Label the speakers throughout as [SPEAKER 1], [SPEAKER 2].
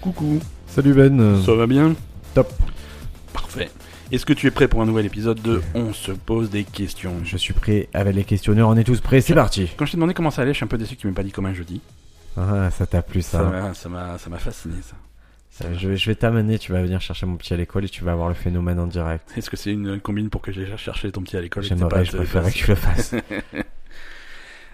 [SPEAKER 1] Coucou,
[SPEAKER 2] Salut Ben. euh,
[SPEAKER 1] ça va bien
[SPEAKER 2] Top.
[SPEAKER 1] Parfait. Est-ce que tu es prêt pour un nouvel épisode de On se pose des questions
[SPEAKER 2] Je suis prêt avec les questionneurs, on est tous prêts, c'est parti.
[SPEAKER 1] Quand je t'ai demandé comment ça allait, je suis un peu déçu que tu m'aies pas dit comme un jeudi.
[SPEAKER 2] Ah, ça t'a plu
[SPEAKER 1] Ça
[SPEAKER 2] ça.
[SPEAKER 1] m'a- ça m'a ça m'a fasciné ça.
[SPEAKER 2] Ça, je, vais- je vais t'amener, tu vas venir chercher mon petit à l'école et tu vas voir le phénomène en direct.
[SPEAKER 1] Est-ce que c'est une combine pour que j'aille chercher ton petit à l'école et que t'aies pas
[SPEAKER 2] J'aimerais,
[SPEAKER 1] à te
[SPEAKER 2] je préférerais
[SPEAKER 1] faire-
[SPEAKER 2] que tu le fasses.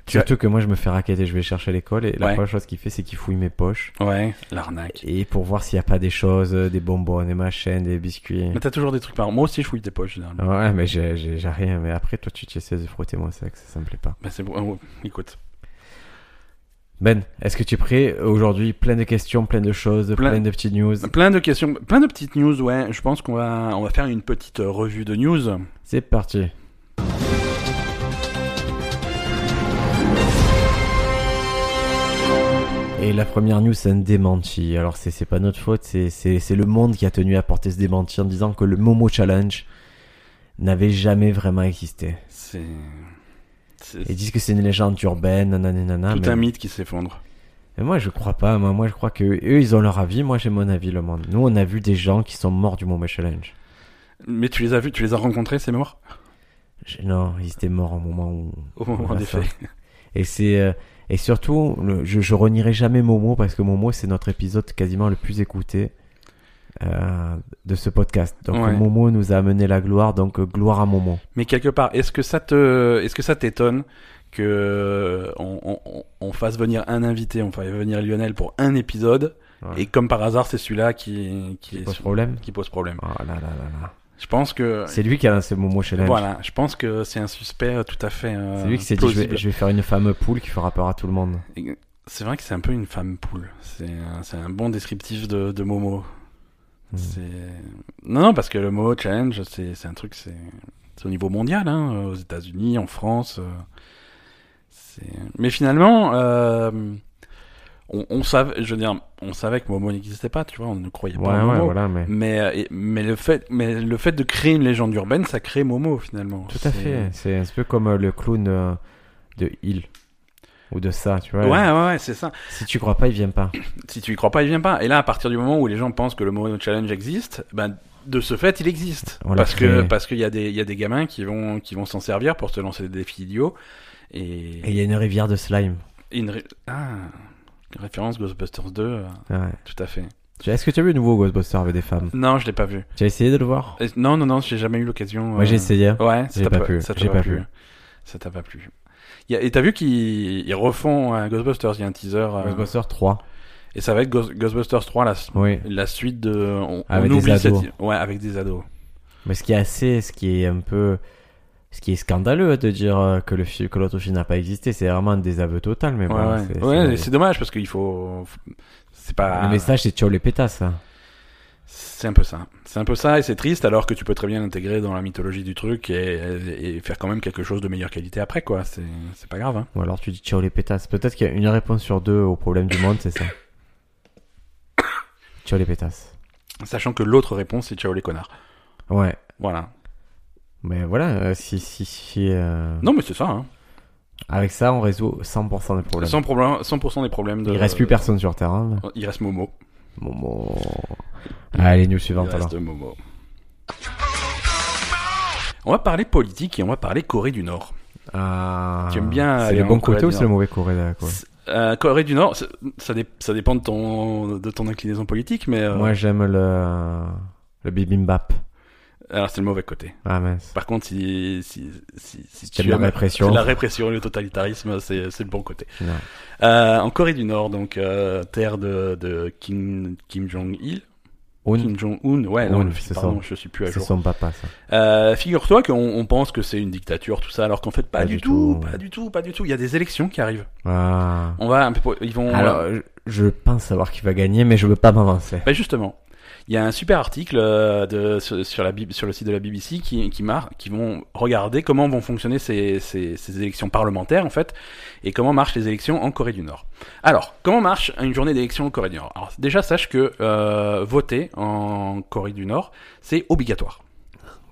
[SPEAKER 2] Surtout que moi je me fais raqueter, je vais chercher l'école et la
[SPEAKER 1] Ouais.
[SPEAKER 2] première chose qu'il fait c'est qu'il fouille mes poches.
[SPEAKER 1] Ouais, l'arnaque.
[SPEAKER 2] Et pour voir s'il n'y a pas des choses, euh, des bonbons, des machins, des biscuits.
[SPEAKER 1] Mais t'as toujours des trucs par Moi aussi, je fouille tes poches généralement.
[SPEAKER 2] Ouais, mais j'ai- j'ai j'ai rien, mais après toi tu essaies de frotter mon sac, ça, ça me plaît pas.
[SPEAKER 1] Bah, c'est bon. Oh, écoute,
[SPEAKER 2] Ben, est-ce que tu es prêt aujourd'hui Plein de questions, plein de choses,
[SPEAKER 1] Plein-
[SPEAKER 2] plein, de petites news.
[SPEAKER 1] plein de questions, plein de petites news. Ouais, je pense qu'on va on va faire une petite euh, revue de news.
[SPEAKER 2] C'est parti. Et la première news, c'est un démenti. Alors, c'est c'est pas notre faute, c'est- c'est c'est le monde qui a tenu à porter ce démenti en disant que le Momo Challenge n'avait jamais vraiment existé.
[SPEAKER 1] C'est c'est
[SPEAKER 2] Ils disent que c'est une légende urbaine, nanana, nanana.
[SPEAKER 1] tout
[SPEAKER 2] ah, mais-
[SPEAKER 1] un mythe qui s'effondre.
[SPEAKER 2] mais moi, je crois pas. Moi, moi, je crois que eux, ils ont leur avis. Moi, j'ai mon avis, le monde. Nous, on a vu des gens qui sont morts du Momo Challenge.
[SPEAKER 1] Mais tu les as vus, tu les as rencontrés, c'est mort
[SPEAKER 2] Je- Non, ils étaient morts au moment où
[SPEAKER 1] Au moment
[SPEAKER 2] Voilà,
[SPEAKER 1] des
[SPEAKER 2] Ah, ça.
[SPEAKER 1] faits.
[SPEAKER 2] Et c'est euh, et surtout, le- je, je renierai jamais Momo parce que Momo c'est notre épisode quasiment le plus écouté euh, de ce podcast. Donc
[SPEAKER 1] Ouais.
[SPEAKER 2] Momo nous a amené la gloire, donc euh, gloire à Momo.
[SPEAKER 1] Mais quelque part, est-ce que ça te, est-ce que ça t'étonne que euh, on, on- on- on fasse venir un invité, on fasse venir Lionel pour un épisode,
[SPEAKER 2] Ouais.
[SPEAKER 1] et comme par hasard, c'est celui-là qui qui, est
[SPEAKER 2] Pas de
[SPEAKER 1] sur-
[SPEAKER 2] problème.
[SPEAKER 1] qui pose problème.
[SPEAKER 2] Oh là là là là.
[SPEAKER 1] Je pense que
[SPEAKER 2] C'est lui qui a lancé Momo Challenge.
[SPEAKER 1] voilà, je pense que c'est un suspect tout à fait. euh,
[SPEAKER 2] C'est lui qui s'est dit je
[SPEAKER 1] plausible.
[SPEAKER 2] vais, je vais faire une femme poule qui fera peur à tout le monde.
[SPEAKER 1] C'est vrai que c'est un peu une femme poule. C'est un, c'est un bon descriptif de, de Momo.
[SPEAKER 2] Mm.
[SPEAKER 1] C'est non, non, parce que le Momo Challenge, c'est c'est un truc, c'est c'est au niveau mondial, hein, euh, aux États-Unis, en France. euh, c'est- Mais finalement, euh, on, on savait, je veux dire, on savait que Momo n'existait pas, tu vois, on ne croyait
[SPEAKER 2] Ouais
[SPEAKER 1] pas
[SPEAKER 2] ouais
[SPEAKER 1] à Momo.
[SPEAKER 2] voilà mais
[SPEAKER 1] Mais euh, et- mais le fait mais le fait de créer une légende urbaine, ça crée Momo finalement.
[SPEAKER 2] tout à
[SPEAKER 1] C'est-
[SPEAKER 2] fait. C'est un peu comme euh, le clown euh, de Hill ou de ça, tu vois.
[SPEAKER 1] Ouais, ouais, ouais, c'est ça.
[SPEAKER 2] Si tu crois pas, il vient pas.
[SPEAKER 1] si tu y crois pas, il vient pas. Et là, à partir du moment où les gens pensent que le Mono Challenge existe, ben, de ce fait, il existe.
[SPEAKER 2] On l'a
[SPEAKER 1] parce que
[SPEAKER 2] créé.
[SPEAKER 1] parce qu'il y a des il y a des gamins qui vont qui vont s'en servir pour se lancer des défis idiots. Et,
[SPEAKER 2] Et il y a une rivière de slime.
[SPEAKER 1] une ré- ah, une référence Ghostbusters 2, euh,
[SPEAKER 2] Ouais.
[SPEAKER 1] tout à fait.
[SPEAKER 2] Tu- Est-ce que tu as vu le nouveau Ghostbuster avec des femmes
[SPEAKER 1] Non, je l'ai pas vu.
[SPEAKER 2] Tu as essayé de le voir
[SPEAKER 1] Et- non, non, non, j'ai jamais eu l'occasion.
[SPEAKER 2] Moi j'ai
[SPEAKER 1] euh,
[SPEAKER 2] essayé.
[SPEAKER 1] Ouais, ça
[SPEAKER 2] J'ai
[SPEAKER 1] t'a
[SPEAKER 2] pas pu,
[SPEAKER 1] ça t'a
[SPEAKER 2] j'ai pas
[SPEAKER 1] plu.
[SPEAKER 2] pu.
[SPEAKER 1] Ça t'a pas plu. Il y a- et t'as vu qu'ils ils refont euh, Ghostbusters, il y a un teaser. euh,
[SPEAKER 2] Ghostbuster 3.
[SPEAKER 1] et ça va être Ghost- Ghostbusters 3, la,
[SPEAKER 2] Oui.
[SPEAKER 1] la suite de. On,
[SPEAKER 2] Avec
[SPEAKER 1] on
[SPEAKER 2] des
[SPEAKER 1] oublie
[SPEAKER 2] ados.
[SPEAKER 1] cette- Ouais, avec des ados.
[SPEAKER 2] Mais ce qui est assez, ce qui est un peu, ce qui est scandaleux de dire euh, que le fi- que l'autre film n'a pas existé, c'est vraiment un désaveu total. Mais
[SPEAKER 1] Ouais,
[SPEAKER 2] bon,
[SPEAKER 1] ouais.
[SPEAKER 2] c'est-
[SPEAKER 1] Ouais,
[SPEAKER 2] c'est-
[SPEAKER 1] c'est dommage parce qu'il faut. C'est pas.
[SPEAKER 2] le message c'est ciao les pétasses. hein.
[SPEAKER 1] C'est un peu ça. C'est un peu ça et c'est triste alors que tu peux très bien l'intégrer dans la mythologie du truc et, et faire quand même quelque chose de meilleure qualité après, quoi. C'est c'est pas grave, hein.
[SPEAKER 2] Ou alors tu dis ciao les pétasses. Peut-être qu'il y a une réponse sur deux au problème du monde, c'est ça. ciao les pétasses.
[SPEAKER 1] Sachant que l'autre réponse, c'est ciao les connards.
[SPEAKER 2] Ouais.
[SPEAKER 1] Voilà.
[SPEAKER 2] Mais voilà, euh, si si si. euh,
[SPEAKER 1] Non, mais c'est ça, hein.
[SPEAKER 2] Avec ça, on résout 100% des problèmes.
[SPEAKER 1] Sans problème, 100% des problèmes de.
[SPEAKER 2] Il reste plus personne sur Terre. hein.
[SPEAKER 1] Il reste Momo.
[SPEAKER 2] Momo. Allez, news
[SPEAKER 1] Il
[SPEAKER 2] suivante alors.
[SPEAKER 1] reste Momo. On va parler politique et on va parler Corée du Nord.
[SPEAKER 2] Ah.
[SPEAKER 1] T'aimes bien
[SPEAKER 2] C'est
[SPEAKER 1] aller
[SPEAKER 2] le
[SPEAKER 1] en
[SPEAKER 2] bon
[SPEAKER 1] Corée
[SPEAKER 2] côté ou
[SPEAKER 1] du
[SPEAKER 2] c'est le
[SPEAKER 1] Nord
[SPEAKER 2] mauvais côté là, quoi
[SPEAKER 1] C'est- euh, Corée du Nord, c'est- ça, dé- ça dépend de ton, de ton inclinaison politique, mais euh,
[SPEAKER 2] Moi j'aime le le bibimbap.
[SPEAKER 1] alors c'est le mauvais côté.
[SPEAKER 2] Ah mince.
[SPEAKER 1] Par contre, si, si, si, si
[SPEAKER 2] T'aimes la
[SPEAKER 1] aimes-
[SPEAKER 2] répression.
[SPEAKER 1] c'est la répression et le totalitarisme, c'est c'est le bon côté.
[SPEAKER 2] Non.
[SPEAKER 1] Euh, en Corée du Nord, donc euh, terre de, de Kim, Kim Jong-il,
[SPEAKER 2] Un,
[SPEAKER 1] Kim Jong-un, ouais, non,
[SPEAKER 2] Un,
[SPEAKER 1] le fils,
[SPEAKER 2] c'est
[SPEAKER 1] pardon,
[SPEAKER 2] ça.
[SPEAKER 1] je suis plus à
[SPEAKER 2] c'est
[SPEAKER 1] jour.
[SPEAKER 2] son papa ça.
[SPEAKER 1] Euh, Figure-toi qu'on on pense que c'est une dictature, tout ça, alors qu'en fait pas, du, tout,
[SPEAKER 2] ouais.
[SPEAKER 1] pas du tout, pas du tout. Il y a des élections qui arrivent.
[SPEAKER 2] Ah.
[SPEAKER 1] On va un peu, ils vont.
[SPEAKER 2] Alors je- je pense savoir qui va gagner mais je veux pas m'avancer.
[SPEAKER 1] Ben justement, il y a un super article euh, de, sur, sur la, Bib- sur le site de la BBC qui, qui, mar- qui vont regarder comment vont fonctionner ces, ces, ces élections parlementaires, en fait, et comment marchent les élections en Corée du Nord. Alors, comment marche une journée d'élection en Corée du Nord Alors, déjà, sache que euh, voter en Corée du Nord, c'est obligatoire.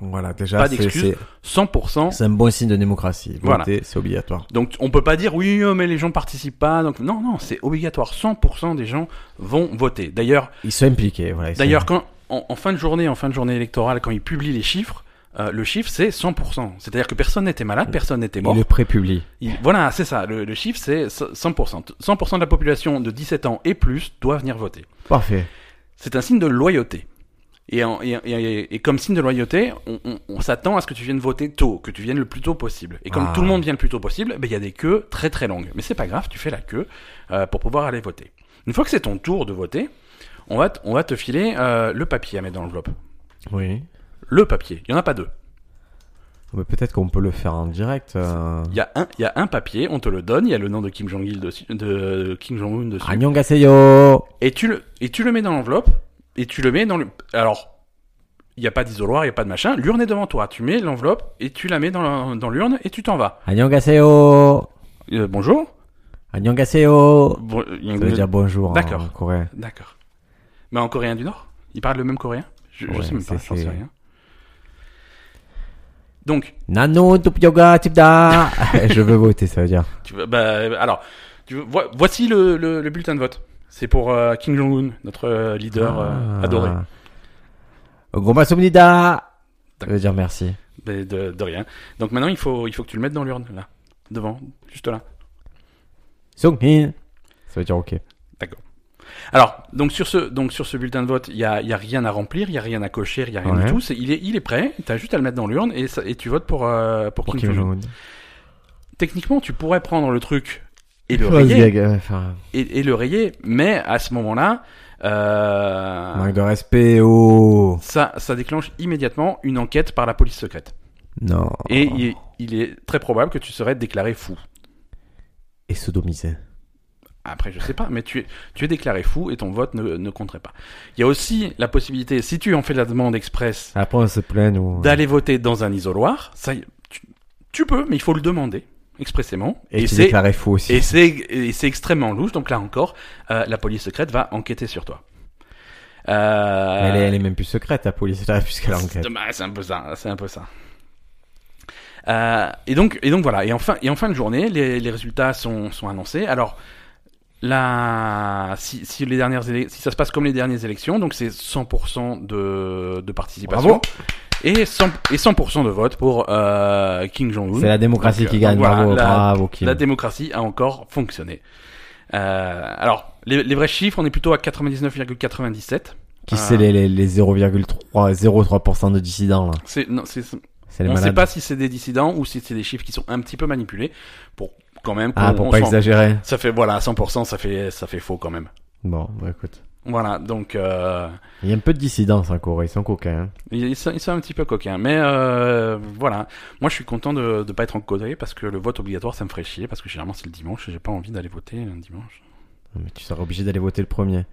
[SPEAKER 2] Voilà, déjà,
[SPEAKER 1] Pas
[SPEAKER 2] c'est-
[SPEAKER 1] d'excuses.
[SPEAKER 2] c'est-
[SPEAKER 1] 100%.
[SPEAKER 2] c'est un bon signe de démocratie. Voter,
[SPEAKER 1] Voilà.
[SPEAKER 2] c'est obligatoire.
[SPEAKER 1] Donc on peut pas dire oui euh, mais les gens participent pas donc non non c'est obligatoire 100% des gens vont voter. D'ailleurs
[SPEAKER 2] Ils sont impliqués. Voilà, ils sont-
[SPEAKER 1] d'ailleurs quand en, en fin de journée en fin de journée électorale quand ils publient les chiffres euh, le chiffre c'est 100%. C'est-à-dire que personne n'était malade, personne n'était
[SPEAKER 2] ils
[SPEAKER 1] mort.
[SPEAKER 2] le prépublient.
[SPEAKER 1] Il- voilà, c'est ça, le, le chiffre c'est 100%. 100% de la population de 17 ans et plus doit venir voter.
[SPEAKER 2] Parfait.
[SPEAKER 1] C'est un signe de loyauté. Et, en- et- et- et comme signe de loyauté, on, on- on s'attend à ce que tu viennes voter tôt, que tu viennes le plus tôt possible. Et comme
[SPEAKER 2] Ah.
[SPEAKER 1] tout le monde vient le plus tôt possible, ben, il y a des queues très très longues. Mais c'est pas grave, tu fais la queue euh, pour pouvoir aller voter. Une fois que c'est ton tour de voter, on va, t- on va te filer euh, le papier à mettre dans l'enveloppe.
[SPEAKER 2] Oui.
[SPEAKER 1] Le papier, il y en a pas deux.
[SPEAKER 2] Mais peut-être qu'on peut le faire en direct. Euh...
[SPEAKER 1] Il y, a un- il y a un papier, on te le donne, il y a le nom de Kim Jong-il dessus, de Kim Jong-un dessus.
[SPEAKER 2] Annyeonghaseyo
[SPEAKER 1] Et tu le, et tu le mets dans l'enveloppe, et tu le mets dans le. Alors, il n'y a pas d'isoloir, il n'y a pas de machin, l'urne est devant toi. Tu mets l'enveloppe, et tu la mets dans la- dans l'urne, et tu t'en vas.
[SPEAKER 2] Annyeonghaseyo
[SPEAKER 1] Euh, bonjour.
[SPEAKER 2] Annyeonghaseyo
[SPEAKER 1] Bon, euh,
[SPEAKER 2] Ça veut dire bonjour
[SPEAKER 1] D'accord.
[SPEAKER 2] en coréen.
[SPEAKER 1] D'accord. Mais en Coréen du Nord Ils parlent le même coréen je, je
[SPEAKER 2] Ouais,
[SPEAKER 1] sais même pas,
[SPEAKER 2] c'est-
[SPEAKER 1] j'en sais
[SPEAKER 2] c'est-
[SPEAKER 1] rien. Donc,
[SPEAKER 2] Nano Tupyoga Tipda Je veux voter, ça veut dire.
[SPEAKER 1] tu veux- bah, alors, tu veux- vo- voici le, le- le bulletin de vote. C'est pour euh, Kim Jong-un, notre euh, leader euh,
[SPEAKER 2] Ah.
[SPEAKER 1] adoré.
[SPEAKER 2] Gomasumnida Ça veut dire merci.
[SPEAKER 1] De, de- de rien. Donc maintenant, il faut, il faut que tu le mettes dans l'urne, là. Devant, juste là.
[SPEAKER 2] Sunghin Ça veut dire ok.
[SPEAKER 1] Alors, donc sur ce, donc sur ce bulletin de vote, il y a, il y a rien à remplir, il y a rien à cocher, il y a rien
[SPEAKER 2] Ouais.
[SPEAKER 1] du tout. C'est- il est, il est prêt. T'as juste à le mettre dans l'urne et, ça- et tu votes pour euh, pour,
[SPEAKER 2] Pour
[SPEAKER 1] Kim
[SPEAKER 2] Kim
[SPEAKER 1] Jong-un.
[SPEAKER 2] Jong-un.
[SPEAKER 1] Techniquement, tu pourrais prendre le truc et le
[SPEAKER 2] Phrase
[SPEAKER 1] rayer,
[SPEAKER 2] gag, euh, enfin,
[SPEAKER 1] et, et le rayer, mais à ce moment-là, euh,
[SPEAKER 2] Manque de respect, oh
[SPEAKER 1] ça, ça déclenche immédiatement une enquête par la police secrète.
[SPEAKER 2] Non.
[SPEAKER 1] Et il, est- il est très probable que tu serais déclaré fou.
[SPEAKER 2] Et sodomisé.
[SPEAKER 1] Après, je sais pas, mais tu es, tu es déclaré fou et ton vote ne, ne compterait pas. Il y a aussi la possibilité, si tu en fais la demande express
[SPEAKER 2] Après, on se plaint, ou
[SPEAKER 1] d'aller voter dans un isoloir, ça, y- tu, tu peux, mais il faut le demander expressément.
[SPEAKER 2] Et, tu
[SPEAKER 1] c'est
[SPEAKER 2] déclarais faux aussi.
[SPEAKER 1] et c'est et c'est extrêmement louche. Donc là encore, euh, la police secrète va enquêter sur toi. Euh,
[SPEAKER 2] Elle, est, elle est même plus secrète, la police, là, puisqu'elle enquête.
[SPEAKER 1] c'est- bah, C'est un peu ça. C'est un peu ça. Euh, et donc et donc voilà. Et en fin et en fin de journée, les, les résultats sont sont annoncés. Alors là, si, si les dernières élec- si ça se passe comme les dernières élections, donc c'est 100% de de participation
[SPEAKER 2] Bravo.
[SPEAKER 1] et 100 et 100% de vote pour euh, Kim Jong Un.
[SPEAKER 2] C'est la démocratie
[SPEAKER 1] Donc,
[SPEAKER 2] qui
[SPEAKER 1] euh,
[SPEAKER 2] gagne,
[SPEAKER 1] donc voilà,
[SPEAKER 2] bravo,
[SPEAKER 1] la-
[SPEAKER 2] bravo, Kim.
[SPEAKER 1] La démocratie a encore fonctionné. Euh, alors, les, les vrais chiffres, on est plutôt à 99,97.
[SPEAKER 2] Qui c'est les, les, les 0,3 0,3% de dissidents, là
[SPEAKER 1] C'est, non, c'est, c'est-
[SPEAKER 2] C'est les
[SPEAKER 1] on ne
[SPEAKER 2] malades.
[SPEAKER 1] sait pas si c'est des dissidents ou si c'est des chiffres qui sont un petit peu manipulés pour quand même.
[SPEAKER 2] Ah,
[SPEAKER 1] qu'on-
[SPEAKER 2] pour
[SPEAKER 1] on
[SPEAKER 2] pas
[SPEAKER 1] s'en-
[SPEAKER 2] exagérer.
[SPEAKER 1] Ça fait voilà 100%, ça fait ça fait faux quand même.
[SPEAKER 2] Bon, bah, écoute.
[SPEAKER 1] Voilà, donc euh,
[SPEAKER 2] Il y a un peu de dissidence en Corée, ils sont coquins. hein.
[SPEAKER 1] ils, ils sont, ils sont un petit peu coquins, mais euh, voilà. Moi, je suis content de ne pas être en Corée parce que le vote obligatoire, ça me ferait chier parce que généralement c'est le dimanche et j'ai pas envie d'aller voter un dimanche.
[SPEAKER 2] Mais tu seras obligé d'aller voter le premier.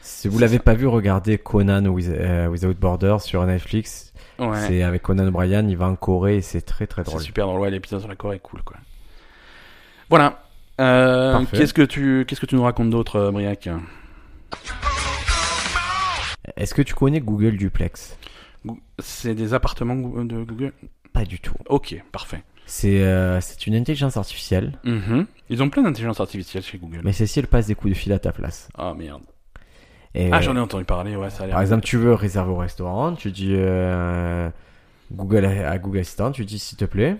[SPEAKER 2] Si vous
[SPEAKER 1] C'est
[SPEAKER 2] l'avez pas vu, regardez Conan with- euh, Without Borders sur Netflix.
[SPEAKER 1] Ouais.
[SPEAKER 2] C'est avec Conan O'Brien, il va en Corée et c'est très très
[SPEAKER 1] C'est
[SPEAKER 2] drôle.
[SPEAKER 1] super drôle. Ouais, l'épisode sur la Corée est cool, quoi. Voilà. Euh,
[SPEAKER 2] Parfait.
[SPEAKER 1] qu'est-ce que tu qu'est-ce que tu nous racontes d'autre, euh, Briac
[SPEAKER 2] Est-ce que tu connais Google Duplex
[SPEAKER 1] Gou- C'est des appartements Gou- de Google.
[SPEAKER 2] Pas du tout.
[SPEAKER 1] Ok, parfait.
[SPEAKER 2] C'est euh, c'est une intelligence artificielle,
[SPEAKER 1] Mhm. Ils ont plein d'intelligence artificielle chez Google.
[SPEAKER 2] mais c'est si elle passe des coups de fil à ta place.
[SPEAKER 1] Ah merde.
[SPEAKER 2] Et,
[SPEAKER 1] Ah j'en ai entendu parler. Ouais, ça a l'air.
[SPEAKER 2] Par exemple, tu veux réserver au restaurant, tu dis euh, Google à Google Assistant, tu dis s'il te plaît,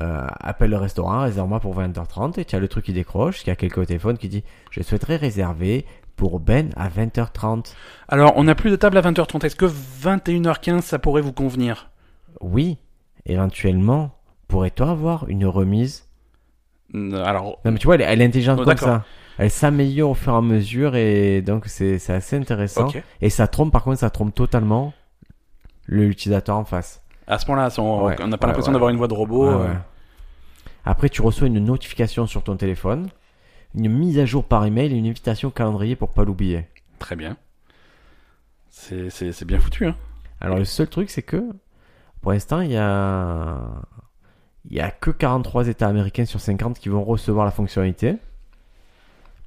[SPEAKER 2] euh, appelle le restaurant, réserve-moi pour 20h30, et tu as le truc qui décroche, qui a quelqu'un au téléphone qui dit je souhaiterais réserver pour Ben à 20h30.
[SPEAKER 1] Alors, on n'a plus de table à 20h30. Est-ce que 21h15 ça pourrait vous convenir
[SPEAKER 2] Oui, éventuellement, pourrais-toi avoir une remise
[SPEAKER 1] Mm, Alors,
[SPEAKER 2] Non mais tu vois, elle, elle est intelligente
[SPEAKER 1] Oh,
[SPEAKER 2] comme
[SPEAKER 1] d'accord.
[SPEAKER 2] ça. Elle s'améliore au fur et à mesure, et donc c'est c'est assez intéressant.
[SPEAKER 1] ok.
[SPEAKER 2] Et ça trompe, par contre, ça trompe totalement l'utilisateur en face.
[SPEAKER 1] À ce moment-là, ça, on
[SPEAKER 2] Ouais,
[SPEAKER 1] on n'a pas
[SPEAKER 2] ouais, ouais.
[SPEAKER 1] l'impression d'avoir une voix de robot.
[SPEAKER 2] Ouais,
[SPEAKER 1] euh.
[SPEAKER 2] ouais. Après, tu reçois une notification sur ton téléphone, une mise à jour par email et une invitation calendrier pour pas l'oublier.
[SPEAKER 1] Très bien. C'est c'est- c'est bien foutu. Hein.
[SPEAKER 2] Alors, le seul truc, c'est que pour l'instant, il y a. Il y a que 43 États américains sur 50 qui vont recevoir la fonctionnalité.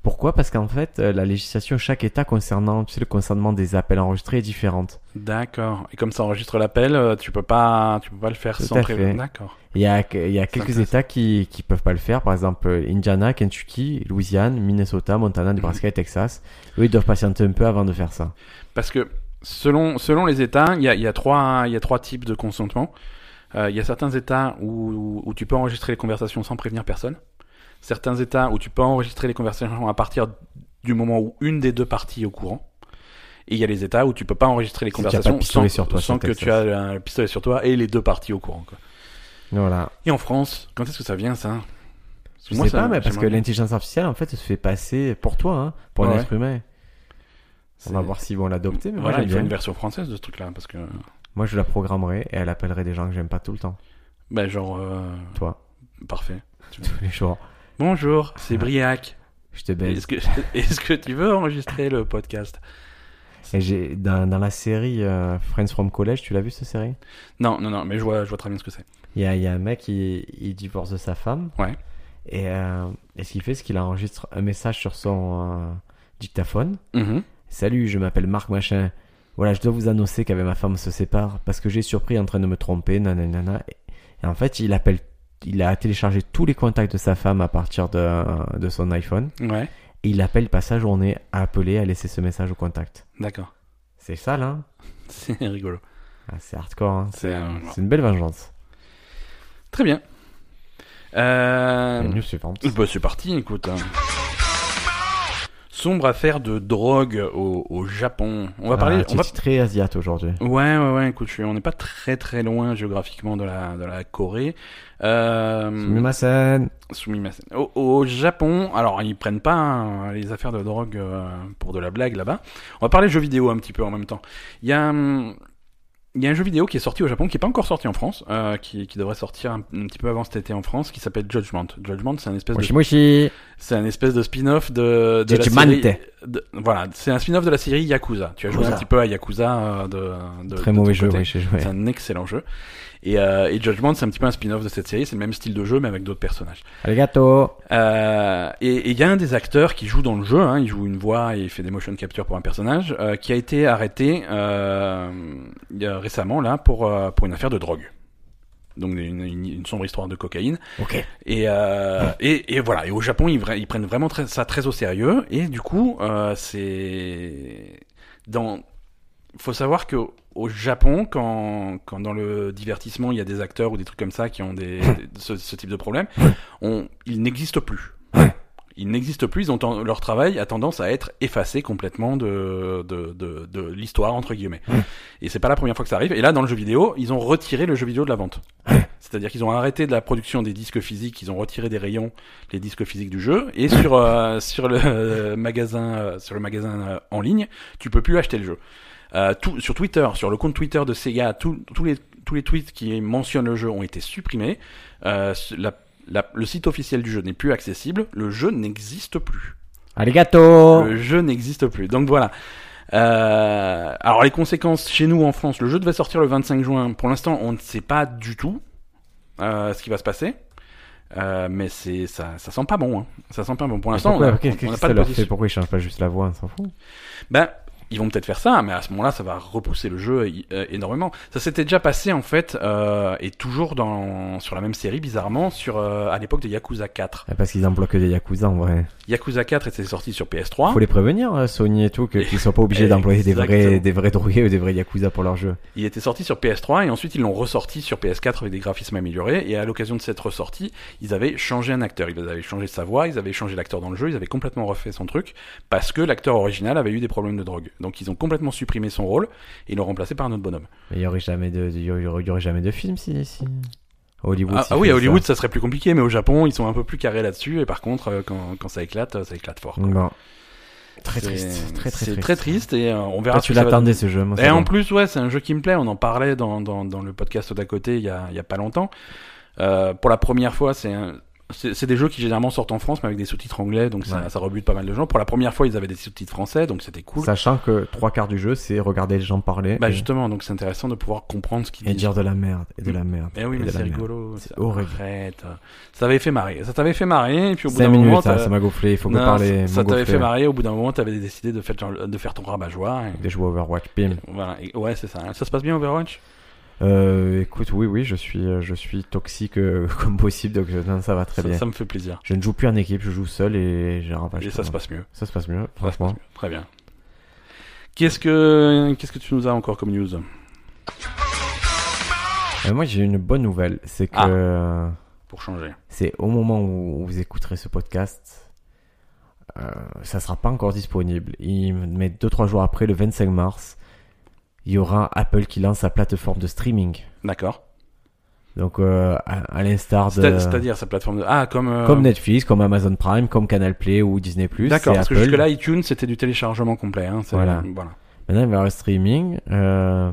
[SPEAKER 2] Pourquoi Parce qu'en fait, euh, la législation chaque État concernant tu sais, le concernement des appels enregistrés est différente.
[SPEAKER 1] D'accord. Et comme ça enregistre l'appel, euh, tu peux pas, tu peux pas le faire
[SPEAKER 2] Tout
[SPEAKER 1] sans
[SPEAKER 2] à
[SPEAKER 1] prévenir.
[SPEAKER 2] fait.
[SPEAKER 1] D'accord.
[SPEAKER 2] Il y a, il y a quelques
[SPEAKER 1] intéressant.
[SPEAKER 2] États qui qui peuvent pas le faire, par exemple euh, Indiana, Kentucky, Louisiane, Minnesota, Montana, Nebraska et Texas. Eux, ils doivent patienter un peu avant de faire ça.
[SPEAKER 1] Parce que selon, selon les États, il y a, il y, a trois- il y a trois types de consentement. Euh, Il y a certains États où, où tu peux enregistrer les conversations sans prévenir personne. Certains États où tu peux enregistrer les conversations à partir du moment où une des deux parties est au courant. Et il y a les États où tu peux pas enregistrer les
[SPEAKER 2] Si tu as pas de
[SPEAKER 1] conversations
[SPEAKER 2] pistolet
[SPEAKER 1] sans,
[SPEAKER 2] sur toi,
[SPEAKER 1] sans
[SPEAKER 2] c'est
[SPEAKER 1] que
[SPEAKER 2] Texas.
[SPEAKER 1] tu as un pistolet sur toi et les deux parties au courant. quoi.
[SPEAKER 2] Voilà.
[SPEAKER 1] Et en France, quand est-ce que ça vient ça Parce que
[SPEAKER 2] Je
[SPEAKER 1] moi,
[SPEAKER 2] sais
[SPEAKER 1] ça-
[SPEAKER 2] pas, mais parce que
[SPEAKER 1] j'aimerais bien.
[SPEAKER 2] l'intelligence artificielle, en fait, se fait passer pour toi, hein, pour
[SPEAKER 1] Ouais.
[SPEAKER 2] un être humain. On va
[SPEAKER 1] C'est-
[SPEAKER 2] voir s'ils vont l'adopter, mais moi,
[SPEAKER 1] Voilà,
[SPEAKER 2] j'aime
[SPEAKER 1] il faut
[SPEAKER 2] bien.
[SPEAKER 1] une version française de ce truc-là. Parce que,
[SPEAKER 2] Moi, je la programmerai et elle appellerait des gens que j'aime pas tout le temps.
[SPEAKER 1] bah, genre, euh,
[SPEAKER 2] Toi,
[SPEAKER 1] parfait.
[SPEAKER 2] tous les jours.
[SPEAKER 1] Bonjour,
[SPEAKER 2] Ah.
[SPEAKER 1] c'est Briac.
[SPEAKER 2] Je te baise.
[SPEAKER 1] Est-ce que, est-ce que tu veux enregistrer le podcast
[SPEAKER 2] Et j'ai, dans, dans la série euh, Friends from College, tu l'as vu cette série
[SPEAKER 1] Non, non, non, mais je vois, je vois très bien ce que c'est.
[SPEAKER 2] Il y a, il y a un mec, il, il divorce de sa femme.
[SPEAKER 1] Ouais.
[SPEAKER 2] Et, euh, et ce qu'il fait, c'est qu'il enregistre un message sur son euh, dictaphone.
[SPEAKER 1] Mhm.
[SPEAKER 2] Salut, je m'appelle Marc Machin. Voilà, je dois vous annoncer qu'avec ma femme on se sépare parce que j'ai surpris en train de me tromper, nanana. Et en fait, il appelle, il a téléchargé tous les contacts de sa femme à partir de, de son iPhone
[SPEAKER 1] Ouais,
[SPEAKER 2] et il appelle pas sa journée à appeler, à laisser ce message au contact.
[SPEAKER 1] d'accord.
[SPEAKER 2] C'est ça là
[SPEAKER 1] C'est rigolo.
[SPEAKER 2] Ah, C'est hardcore, hein.
[SPEAKER 1] C'est, euh,
[SPEAKER 2] c'est une belle vengeance.
[SPEAKER 1] Très bien.
[SPEAKER 2] La
[SPEAKER 1] Euh,
[SPEAKER 2] news suivante.
[SPEAKER 1] bah, c'est parti, écoute. hein. Sombre affaire de drogue au, au Japon. On va parler.
[SPEAKER 2] Ah, tu
[SPEAKER 1] on va-
[SPEAKER 2] es très asiate aujourd'hui.
[SPEAKER 1] Ouais, ouais, ouais, écoute, je suis- on n'est pas très très loin géographiquement de la, de la Corée. Euh,
[SPEAKER 2] Hmm. Sumimasen.
[SPEAKER 1] Sumimasen. Au, au Japon, alors ils prennent pas hein, les affaires de drogue euh, pour de la blague là-bas. On va parler jeux vidéo un petit peu en même temps. Il y a, hum, il y a un jeu vidéo qui est sorti au Japon, qui est pas encore sorti en France, euh, qui, qui devrait sortir un, un petit peu avant cet été en France, qui s'appelle Judgment. Judgment, c'est un espèce de
[SPEAKER 2] Moshi moshi.
[SPEAKER 1] c'est un espèce de spin-off de, de la
[SPEAKER 2] Judgment.
[SPEAKER 1] série. de- voilà, c'est un spin-off de la série Yakuza. Tu as joué un
[SPEAKER 2] Yakuza.
[SPEAKER 1] petit peu à Yakuza euh, de, de
[SPEAKER 2] Très
[SPEAKER 1] de
[SPEAKER 2] mauvais
[SPEAKER 1] ton
[SPEAKER 2] jeu,
[SPEAKER 1] côté.
[SPEAKER 2] oui, j'ai joué.
[SPEAKER 1] C'est un excellent jeu. Et, euh, et Judgment, c'est un petit peu un spin-off de cette série. C'est le même style de jeu, mais avec d'autres personnages.
[SPEAKER 2] Arigato.
[SPEAKER 1] Euh, et il y a un des acteurs qui joue dans le jeu, hein, il joue une voix et il fait des motion capture pour un personnage, euh, qui a été arrêté euh, il y a- récemment là pour euh, pour une affaire de drogue. Donc une, une- une sombre histoire de cocaïne.
[SPEAKER 2] Ok.
[SPEAKER 1] Et, euh, et, et voilà. Et au Japon, ils, vra- ils prennent vraiment très- ça très au sérieux. Et du coup, euh, c'est dans. Faut savoir que au Japon, quand, quand dans le divertissement, il y a des acteurs ou des trucs comme ça qui ont des, des- ce, ce type de problème, on, ils n'existent plus. Ils n'existent plus. Ils ont ten- leur travail a tendance à être effacé complètement de de, de, de l'histoire entre guillemets. Et c'est pas la première fois que ça arrive. Et là, dans le jeu vidéo, ils ont retiré le jeu vidéo de la vente. C'est-à-dire qu'ils ont arrêté de la production des disques physiques, ils ont retiré des rayons les disques physiques du jeu et sur euh, sur le euh, magasin euh, sur le magasin euh, en ligne, tu peux plus acheter le jeu. Euh, tout, sur Twitter, sur le compte Twitter de Sega, tout- tous les tous les tweets qui mentionnent le jeu ont été supprimés. Euh, la- la- le site officiel du jeu n'est plus accessible. Le jeu n'existe plus.
[SPEAKER 2] Arigato.
[SPEAKER 1] Le jeu n'existe plus. Donc voilà. Euh, alors les conséquences chez nous en France, le jeu devait sortir le 25 juin. Pour l'instant, on ne sait pas du tout euh, ce qui va se passer. Euh, mais c'est ça, ça sent pas bon. Hein. Ça sent pas bon. Pour
[SPEAKER 2] Mais
[SPEAKER 1] l'instant, on
[SPEAKER 2] pourquoi-
[SPEAKER 1] a-
[SPEAKER 2] qu'est-ce
[SPEAKER 1] on
[SPEAKER 2] que
[SPEAKER 1] n'a
[SPEAKER 2] ça
[SPEAKER 1] pas de
[SPEAKER 2] leur fait
[SPEAKER 1] position.
[SPEAKER 2] Pourquoi ils changent pas juste la voix On s'en fout.
[SPEAKER 1] Ben, ils vont peut-être faire ça, mais à ce moment-là, ça va repousser le jeu i- euh, énormément. Ça s'était déjà passé en fait, euh, et toujours dans sur la même série, bizarrement, sur euh, à l'époque de Yakuza 4.
[SPEAKER 2] Ah, Parce qu'ils en bloquent des Yakuza en vrai.
[SPEAKER 1] Yakuza 4 était sorti sur PS3.
[SPEAKER 2] Faut les prévenir, hein, Sony et tout, que-
[SPEAKER 1] Et-
[SPEAKER 2] qu'ils soient pas obligés d'employer des
[SPEAKER 1] Eh, Exactement.
[SPEAKER 2] vrais, des vrais drogués ou des vrais Yakuza pour leur jeu.
[SPEAKER 1] Il était sorti sur PS3 et ensuite ils l'ont ressorti sur PS4 avec des graphismes améliorés. Et à l'occasion de cette ressortie, ils avaient changé un acteur. Ils avaient changé sa voix, ils avaient changé l'acteur dans le jeu, ils avaient complètement refait son truc parce que l'acteur original avait eu des problèmes de drogue. Donc ils ont complètement supprimé son rôle et ils l'ont remplacé par un autre bonhomme.
[SPEAKER 2] Mais il y aurait jamais de, de- il y aurait, il y aurait jamais de film si, si. à Hollywood.
[SPEAKER 1] Ah,
[SPEAKER 2] s'ils
[SPEAKER 1] ah oui,
[SPEAKER 2] faisaient
[SPEAKER 1] à
[SPEAKER 2] ça.
[SPEAKER 1] Hollywood ça serait plus compliqué, mais au Japon ils sont un peu plus carrés là-dessus. Et par contre, euh, quand, quand ça éclate, euh, ça éclate fort. quoi.
[SPEAKER 2] Non. Très
[SPEAKER 1] C'est-
[SPEAKER 2] triste, très très
[SPEAKER 1] c'est
[SPEAKER 2] triste.
[SPEAKER 1] très triste et euh, on verra
[SPEAKER 2] Toi,
[SPEAKER 1] ce
[SPEAKER 2] tu
[SPEAKER 1] que ça va
[SPEAKER 2] l'attendais ce jeu, moi.
[SPEAKER 1] Et
[SPEAKER 2] ça
[SPEAKER 1] en
[SPEAKER 2] va.
[SPEAKER 1] plus, ouais, c'est un jeu qui me plaît. On en parlait dans, dans, dans le podcast d'à côté il y a, il y a pas longtemps. Euh, pour la première fois, c'est un, C'est c'est des jeux qui généralement sortent en France, mais avec des sous-titres anglais, donc ça,
[SPEAKER 2] Ouais.
[SPEAKER 1] ça rebute pas mal de gens. Pour la première fois, ils avaient des sous-titres français, donc c'était cool.
[SPEAKER 2] Sachant que trois quarts du jeu, c'est regarder les gens parler
[SPEAKER 1] Bah
[SPEAKER 2] et,
[SPEAKER 1] justement, donc c'est intéressant de pouvoir comprendre ce qu'ils
[SPEAKER 2] euh, et
[SPEAKER 1] disent.
[SPEAKER 2] dire de la merde, et de la merde.
[SPEAKER 1] Eh oui,
[SPEAKER 2] et de
[SPEAKER 1] mais
[SPEAKER 2] la
[SPEAKER 1] c'est
[SPEAKER 2] merde.
[SPEAKER 1] rigolo.
[SPEAKER 2] C'est
[SPEAKER 1] ça-
[SPEAKER 2] horrible.
[SPEAKER 1] Arrête. Ça t'avait fait marrer. Ça t'avait fait marrer, et puis au bout
[SPEAKER 2] Cinq
[SPEAKER 1] d'un
[SPEAKER 2] minutes,
[SPEAKER 1] moment,
[SPEAKER 2] ça,
[SPEAKER 1] t'as-
[SPEAKER 2] ça m'a gonflé, il faut que
[SPEAKER 1] Non,
[SPEAKER 2] parler.
[SPEAKER 1] ça ça
[SPEAKER 2] me
[SPEAKER 1] t'avait
[SPEAKER 2] gonfler.
[SPEAKER 1] fait marrer. Au bout d'un moment, t'avais décidé de faire, de faire ton rabat-joie. et-
[SPEAKER 2] Des joueurs Overwatch, bim.
[SPEAKER 1] Voilà. Et- ouais, c'est ça. Ça se passe bien Overwatch.
[SPEAKER 2] Euh, écoute, oui, oui, je suis, euh, je suis toxique euh, comme possible, donc euh, non, ça va très
[SPEAKER 1] ça,
[SPEAKER 2] bien.
[SPEAKER 1] ça me fait plaisir.
[SPEAKER 2] Je ne joue plus en équipe, je joue seul et j'ai ravage.
[SPEAKER 1] et ça se passe mieux.
[SPEAKER 2] Ça se passe mieux,
[SPEAKER 1] Ça se
[SPEAKER 2] franchement.
[SPEAKER 1] passe mieux. Très bien. Qu'est-ce que qu'est-ce que tu nous as encore comme news
[SPEAKER 2] Euh, moi, j'ai une bonne nouvelle, c'est que
[SPEAKER 1] Ah.
[SPEAKER 2] euh,
[SPEAKER 1] pour changer
[SPEAKER 2] c'est au moment où vous écouterez ce podcast, euh, ça sera pas encore disponible. Il met 2-3 jours après, le 25 mars, il y aura Apple qui lance sa plateforme de streaming.
[SPEAKER 1] D'accord.
[SPEAKER 2] Euh, Donc, euh, à, à l'instar de...
[SPEAKER 1] C'est- C'est-à-dire sa plateforme de ah comme euh,
[SPEAKER 2] Comme Netflix, comme Amazon Prime, comme Canal Play ou Disney+.
[SPEAKER 1] D'accord.
[SPEAKER 2] c'est
[SPEAKER 1] Parce que
[SPEAKER 2] Apple.
[SPEAKER 1] jusque là iTunes c'était du téléchargement complet. Hein, c'est-
[SPEAKER 2] Voilà.
[SPEAKER 1] voilà.
[SPEAKER 2] Maintenant, il va y avoir le streaming. euh,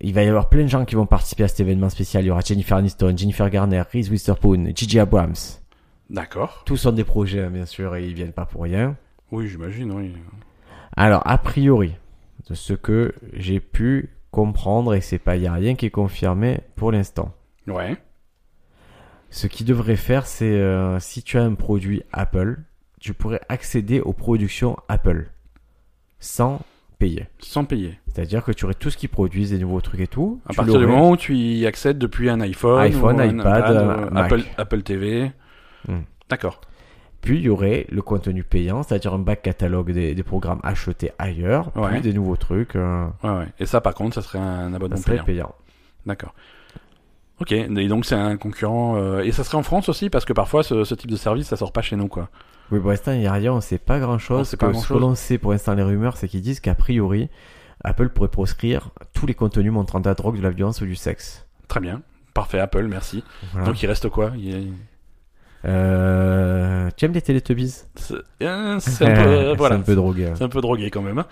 [SPEAKER 2] il va y avoir plein de gens qui vont participer à cet événement spécial. Il y aura Jennifer Aniston, Jennifer Garner, Reese Witherspoon, Gigi Abrams.
[SPEAKER 1] D'accord.
[SPEAKER 2] Tous sont des projets, hein, bien sûr, et ils viennent pas pour rien.
[SPEAKER 1] Oui, j'imagine. Oui.
[SPEAKER 2] Alors, a priori, de ce que j'ai pu comprendre, et c'est pas, il y a rien qui est confirmé pour l'instant.
[SPEAKER 1] Ouais.
[SPEAKER 2] Ce qu'ils devraient faire, c'est euh, si tu as un produit Apple, tu pourrais accéder aux productions Apple sans payer.
[SPEAKER 1] Sans payer.
[SPEAKER 2] C'est-à-dire que tu aurais tout ce qu'ils produisent, des nouveaux trucs et tout.
[SPEAKER 1] À
[SPEAKER 2] tu
[SPEAKER 1] partir du
[SPEAKER 2] l'aurais.
[SPEAKER 1] moment où tu y accèdes depuis un iPhone,
[SPEAKER 2] iPhone,
[SPEAKER 1] ou un
[SPEAKER 2] iPad,
[SPEAKER 1] ou,
[SPEAKER 2] euh,
[SPEAKER 1] euh,
[SPEAKER 2] Mac.
[SPEAKER 1] Apple, Apple TV.
[SPEAKER 2] Hmm.
[SPEAKER 1] D'accord.
[SPEAKER 2] Puis il y aurait le contenu payant, c'est-à-dire un bac catalogue des, des programmes achetés ailleurs,
[SPEAKER 1] Ouais.
[SPEAKER 2] puis des nouveaux trucs. euh,
[SPEAKER 1] Ouais, ouais. Et ça, par contre, ça serait un abonnement
[SPEAKER 2] ça serait
[SPEAKER 1] payant.
[SPEAKER 2] payant.
[SPEAKER 1] D'accord. Ok, et donc c'est un concurrent. euh, et ça serait en France aussi, parce que parfois ce, ce type de service, ça sort pas chez nous, quoi.
[SPEAKER 2] Oui, pour l'instant, il n'y a rien, on ne sait pas
[SPEAKER 1] On
[SPEAKER 2] grand-chose.
[SPEAKER 1] sait
[SPEAKER 2] Ce
[SPEAKER 1] pas
[SPEAKER 2] que- ce
[SPEAKER 1] grand-chose.
[SPEAKER 2] que l'on sait pour l'instant, les rumeurs, c'est qu'ils disent qu'a priori, Apple pourrait proscrire tous les contenus montrant de la drogue, de la violence ou du sexe.
[SPEAKER 1] Très bien. Parfait, Apple, merci.
[SPEAKER 2] Voilà.
[SPEAKER 1] Donc il reste quoi Il est-
[SPEAKER 2] Euh, tu aimes les Teletubbies
[SPEAKER 1] C'est euh, c'est un peu. euh, voilà.
[SPEAKER 2] Eh, C'est un peu drogué.
[SPEAKER 1] C'est un peu drogué quand même. hein.